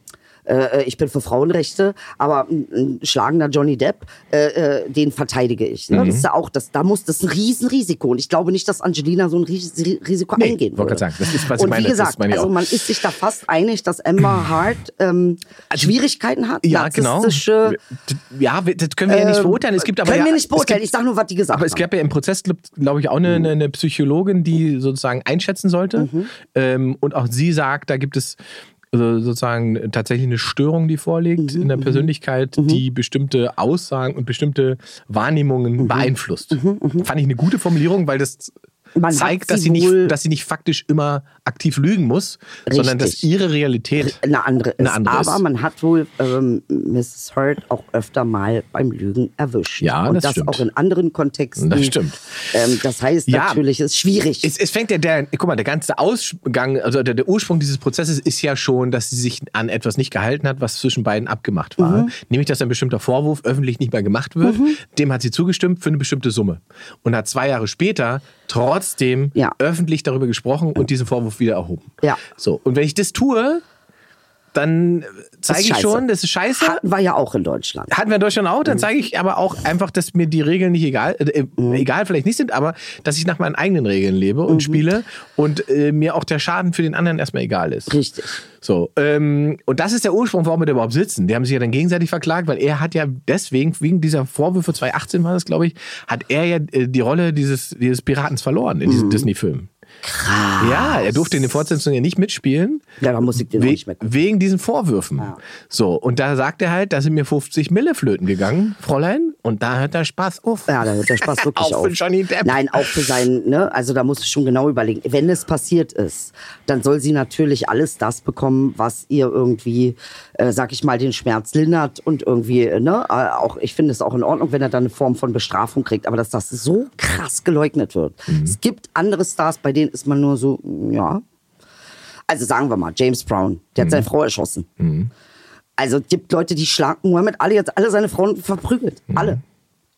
äh, ich bin für Frauenrechte, aber ein, ein schlagender Johnny Depp, äh, äh, den verteidige ich. Mhm. Ne? Das ist ja auch, das, da muss das ist ein Riesenrisiko. Und ich glaube nicht, dass Angelina so ein Ries Risiko Nee, eingehen wollte würde. grad sagen, das ist, was ich Und meine, wie das gesagt, meine ich also auch. man ist sich da fast einig, dass Emma Hart ähm, Schwierigkeiten hat, Also Ja, genau. narzisstische ähm, Ja, wir- das können wir ja nicht beurteilen. Es gibt aber können ja, wir nicht beurteilen. Es Ich sag nur, was die gesagt gibt, aber es haben. gab ja im Prozess, glaube ich, auch eine, eine, eine Psychologin, die sozusagen einschätzen sollte. Mhm. Ähm, und auch sie sagt, da gibt es also sozusagen tatsächlich eine Störung, die Mhm, vorliegt in der Persönlichkeit, die bestimmte Aussagen und bestimmte Wahrnehmungen Mhm. beeinflusst. Fand ich eine gute Formulierung, weil das Man hat zeigt, sie dass sie, nicht, wohl- dass sie nicht faktisch immer aktiv lügen muss, sondern dass Richtig. ihre Realität eine andere ist. Eine andere aber ist. man hat wohl ähm, Mrs. Hurt auch öfter mal beim Lügen erwischt. Ja, Und das das stimmt. auch in anderen Kontexten. Das stimmt. Ähm, das heißt Ja. natürlich, es ist schwierig. Es, es fängt ja der, guck mal, der ganze Ausgang, also der, der Ursprung dieses Prozesses ist ja schon, dass sie sich an etwas nicht gehalten hat, was zwischen beiden abgemacht war. Mhm. Nämlich, dass ein bestimmter Vorwurf öffentlich nicht mehr gemacht wird. Dem hat sie zugestimmt für eine bestimmte Summe. Und hat zwei Jahre später trotzdem Ja. öffentlich darüber gesprochen und diesen Vorwurf wieder erhoben. Ja. So. Und wenn ich das tue, dann zeige ich scheiße. schon, das ist scheiße. Hatten wir ja auch in Deutschland. Hatten wir in Deutschland auch, dann zeige ich aber auch einfach, dass mir die Regeln nicht egal, äh, egal vielleicht nicht sind, aber dass ich nach meinen eigenen Regeln lebe und spiele und äh, mir auch der Schaden für den anderen erstmal egal ist. Richtig. So, ähm, und das ist der Ursprung, warum wir da überhaupt sitzen. Die haben sich ja dann gegenseitig verklagt, weil er hat ja deswegen, wegen dieser Vorwürfe 2018 war das, glaube ich, hat er ja äh, die Rolle dieses, dieses Piratens verloren in diesem Disney-Film. Krass. Ja, er durfte in den Fortsetzungen ja nicht mitspielen. Ja, da muss ich den auch We nicht mehr gucken. Wegen diesen Vorwürfen. So, und da sagt er halt, da sind mir 50 Mille flöten gegangen, Fräulein, und da hört der Spaß auf. Ja, da hört der Spaß wirklich Auch auf. für Johnny Depp. Nein, auch für seinen, ne? Also da musst du schon genau überlegen. Wenn es passiert ist, dann soll sie natürlich alles das bekommen, was ihr irgendwie, äh, sag ich mal, den Schmerz lindert und irgendwie, äh, ne? Äh, Auch, ich finde es auch in Ordnung, wenn er dann eine Form von Bestrafung kriegt, aber dass das so krass geleugnet wird. Es gibt andere Stars, bei denen ist man nur so, ja. Also sagen wir mal, James Brown, Mhm. der hat seine Frau erschossen. Also es gibt Leute, die schlagen Muhammad Ali jetzt alle seine Frauen verprügelt. Mhm. Alle.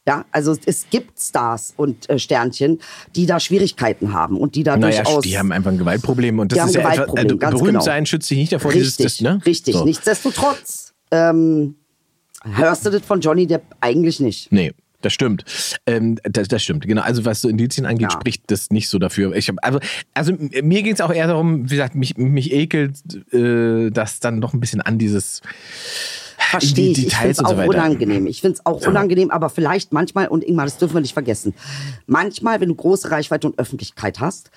Ja, also es gibt Stars und äh, Sternchen, die da Schwierigkeiten haben und die da Naja, durchaus. die haben einfach ein Gewaltproblem und die das haben ist ja etwas, Gewaltproblem, also ganz berühmt genau. sein schützt dich nicht davor, richtig, dieses, das, ne? richtig. So. Nichtsdestotrotz ähm, hörst du das von Johnny Depp eigentlich nicht. Nee, das stimmt. Ähm, das, das stimmt, genau. Also was so Indizien angeht, Ja. spricht das nicht so dafür. Ich hab, also, also m- mir ging es auch eher darum, wie gesagt, mich, mich ekelt äh, das dann noch ein bisschen an, dieses Verstehe ich. Ich finde es Details und auch so weiter. unangenehm. Ich finde es auch unangenehm, aber vielleicht manchmal, und Ingmar, das dürfen wir nicht vergessen, manchmal, wenn du große Reichweite und Öffentlichkeit hast,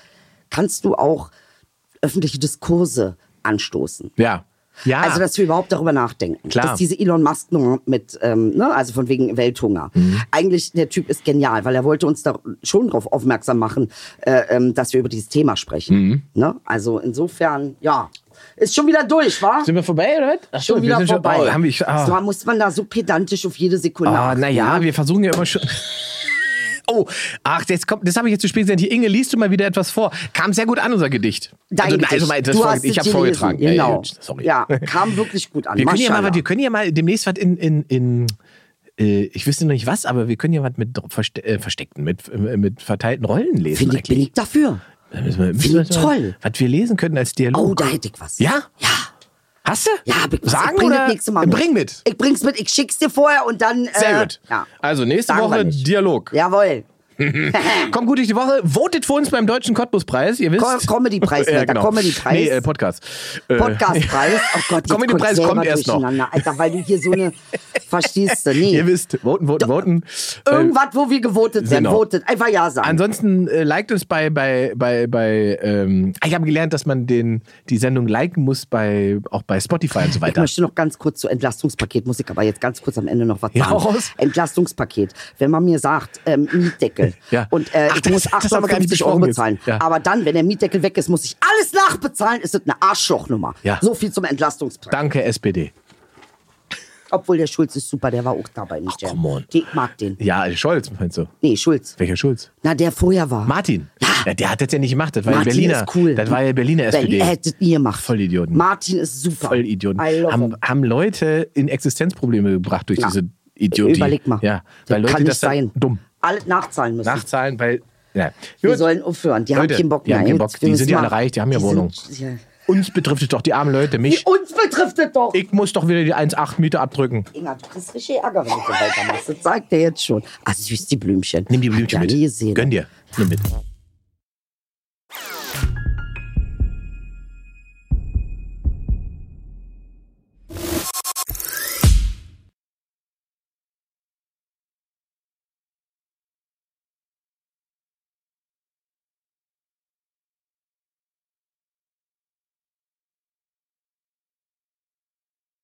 kannst du auch öffentliche Diskurse anstoßen. Ja. Ja. Also, dass wir überhaupt darüber nachdenken. Klar. Dass diese Elon Musk Nummer mit, ähm, ne, also von wegen Welthunger. Mhm. Eigentlich, der Typ ist genial, weil er wollte uns da schon drauf aufmerksam machen, äh, ähm, dass wir über dieses Thema sprechen. Mhm. Ne? Also insofern, ja. Ist schon wieder durch, wa? sind wir vorbei, oder was? Ach so, schon wir wieder sind vorbei. oh, haben wir, ah. So muss man da so pedantisch auf jede Sekunde. Ah, achten, naja, ne? wir versuchen ja immer schon. Oh, ach, jetzt kommt, das habe ich jetzt zu spät gesagt. Hier, Inge, liest du mal wieder etwas vor. Kam sehr gut an, unser Gedicht. Dein also, Gedicht. Also, mal, das du vor, hast ich es habe gelesen, vorgetragen. Ja, Genau. Ja, sorry. Ja, kam wirklich gut an. Wir können, ja mal, was- Maschallah. wir können ja mal demnächst was in, in, in äh, ich wüsste noch nicht was, aber wir können ja was mit dr- verste äh, versteckten, mit, äh, mit verteilten Rollen lesen. Finde ich, bin eigentlich. ich dafür. Da müssen wir- Finde ich müssen wir mal- toll. Was wir lesen könnten als Oh, Dialog. da hätte ich was. ja? Ja. Hast du? Ja, hab ich was. Sagen ich bring oder? das nächste Mal mit. Bring mit. Ich bring's mit, ich schick's dir vorher und dann. Äh, Sehr gut. Ja. Also nächste Sagen wir Woche nicht. Dialog. Jawohl. Kommt gut durch die Woche. Votet für uns beim Deutschen Cottbus-Preis. Ihr wisst. Com- Comedy-Preis, ja, Alter, genau. Comedy-Preis. Nee, äh, Podcast. Äh, Podcastpreis. Oh Gott, jetzt Comedy-Preis kommt's kommt selber erst noch. durcheinander. Alter, weil du hier so eine. Verstehst du? Nee. Ihr wisst, voten, voten, voten. Ähm, Irgendwas, wo wir gewotet werden. Genau. Votet. Einfach Ja sagen. Ansonsten äh, liked uns bei bei bei bei. Ähm, ich habe gelernt, dass man den die Sendung liken muss bei auch bei Spotify und so Ich weiter. möchte noch ganz kurz zu Entlastungspaket, muss ich aber jetzt ganz kurz am Ende noch was Ja, sagen. raus. Entlastungspaket. Wenn man mir sagt, ähm, Mietdeckel Ja. und äh, Ach, ich das- muss das haben wir gar nicht 58 Euro besprochen jetzt. bezahlen, Ja. aber dann, wenn der Mietdeckel weg ist, muss ich alles nachbezahlen, ist das eine Arschlochnummer. Ja. So viel zum Entlastungspaket. Danke SPD. Obwohl der Schulz ist super, der war auch dabei. Nicht der- come on. Die- Ich mag den. Ja, Scholz meinst du? Nee, Schulz. Welcher Schulz? Na, der vorher war. Martin. Ja, der hat das ja nicht gemacht. Das war ja Martin Berliner. ist cool. Das war ja Berliner SPD. Berlin äh, hättet nie gemacht. Vollidioten. Martin ist super. Vollidioten. I love Haben, him. haben Leute in Existenzprobleme gebracht durch Ja. diese Idiotie. Überleg mal. Ja, das weil Leute kann nicht das dann sein. dumm Alles nachzahlen müssen. nachzahlen, weil. Ja. Wir Gut. sollen aufhören. Die haben Leute, keinen Bock die mehr. haben keinen Jetzt, Bock. wir Die müssen sind ja mal- alle reich, die haben ja sind- Wohnungen. ja. Uns betrifft es doch, die armen Leute, mich. Uns betrifft das doch. Ich muss doch wieder die 1,8 Miete abdrücken. Inga, du kriegst richtig Ärger, wenn du so weitermachst. Das sagt er jetzt schon. Ach, Ah, süß, die Blümchen. Nimm die Blümchen Hat ja mit. nie gesehen. Gönn dir. Nimm mit.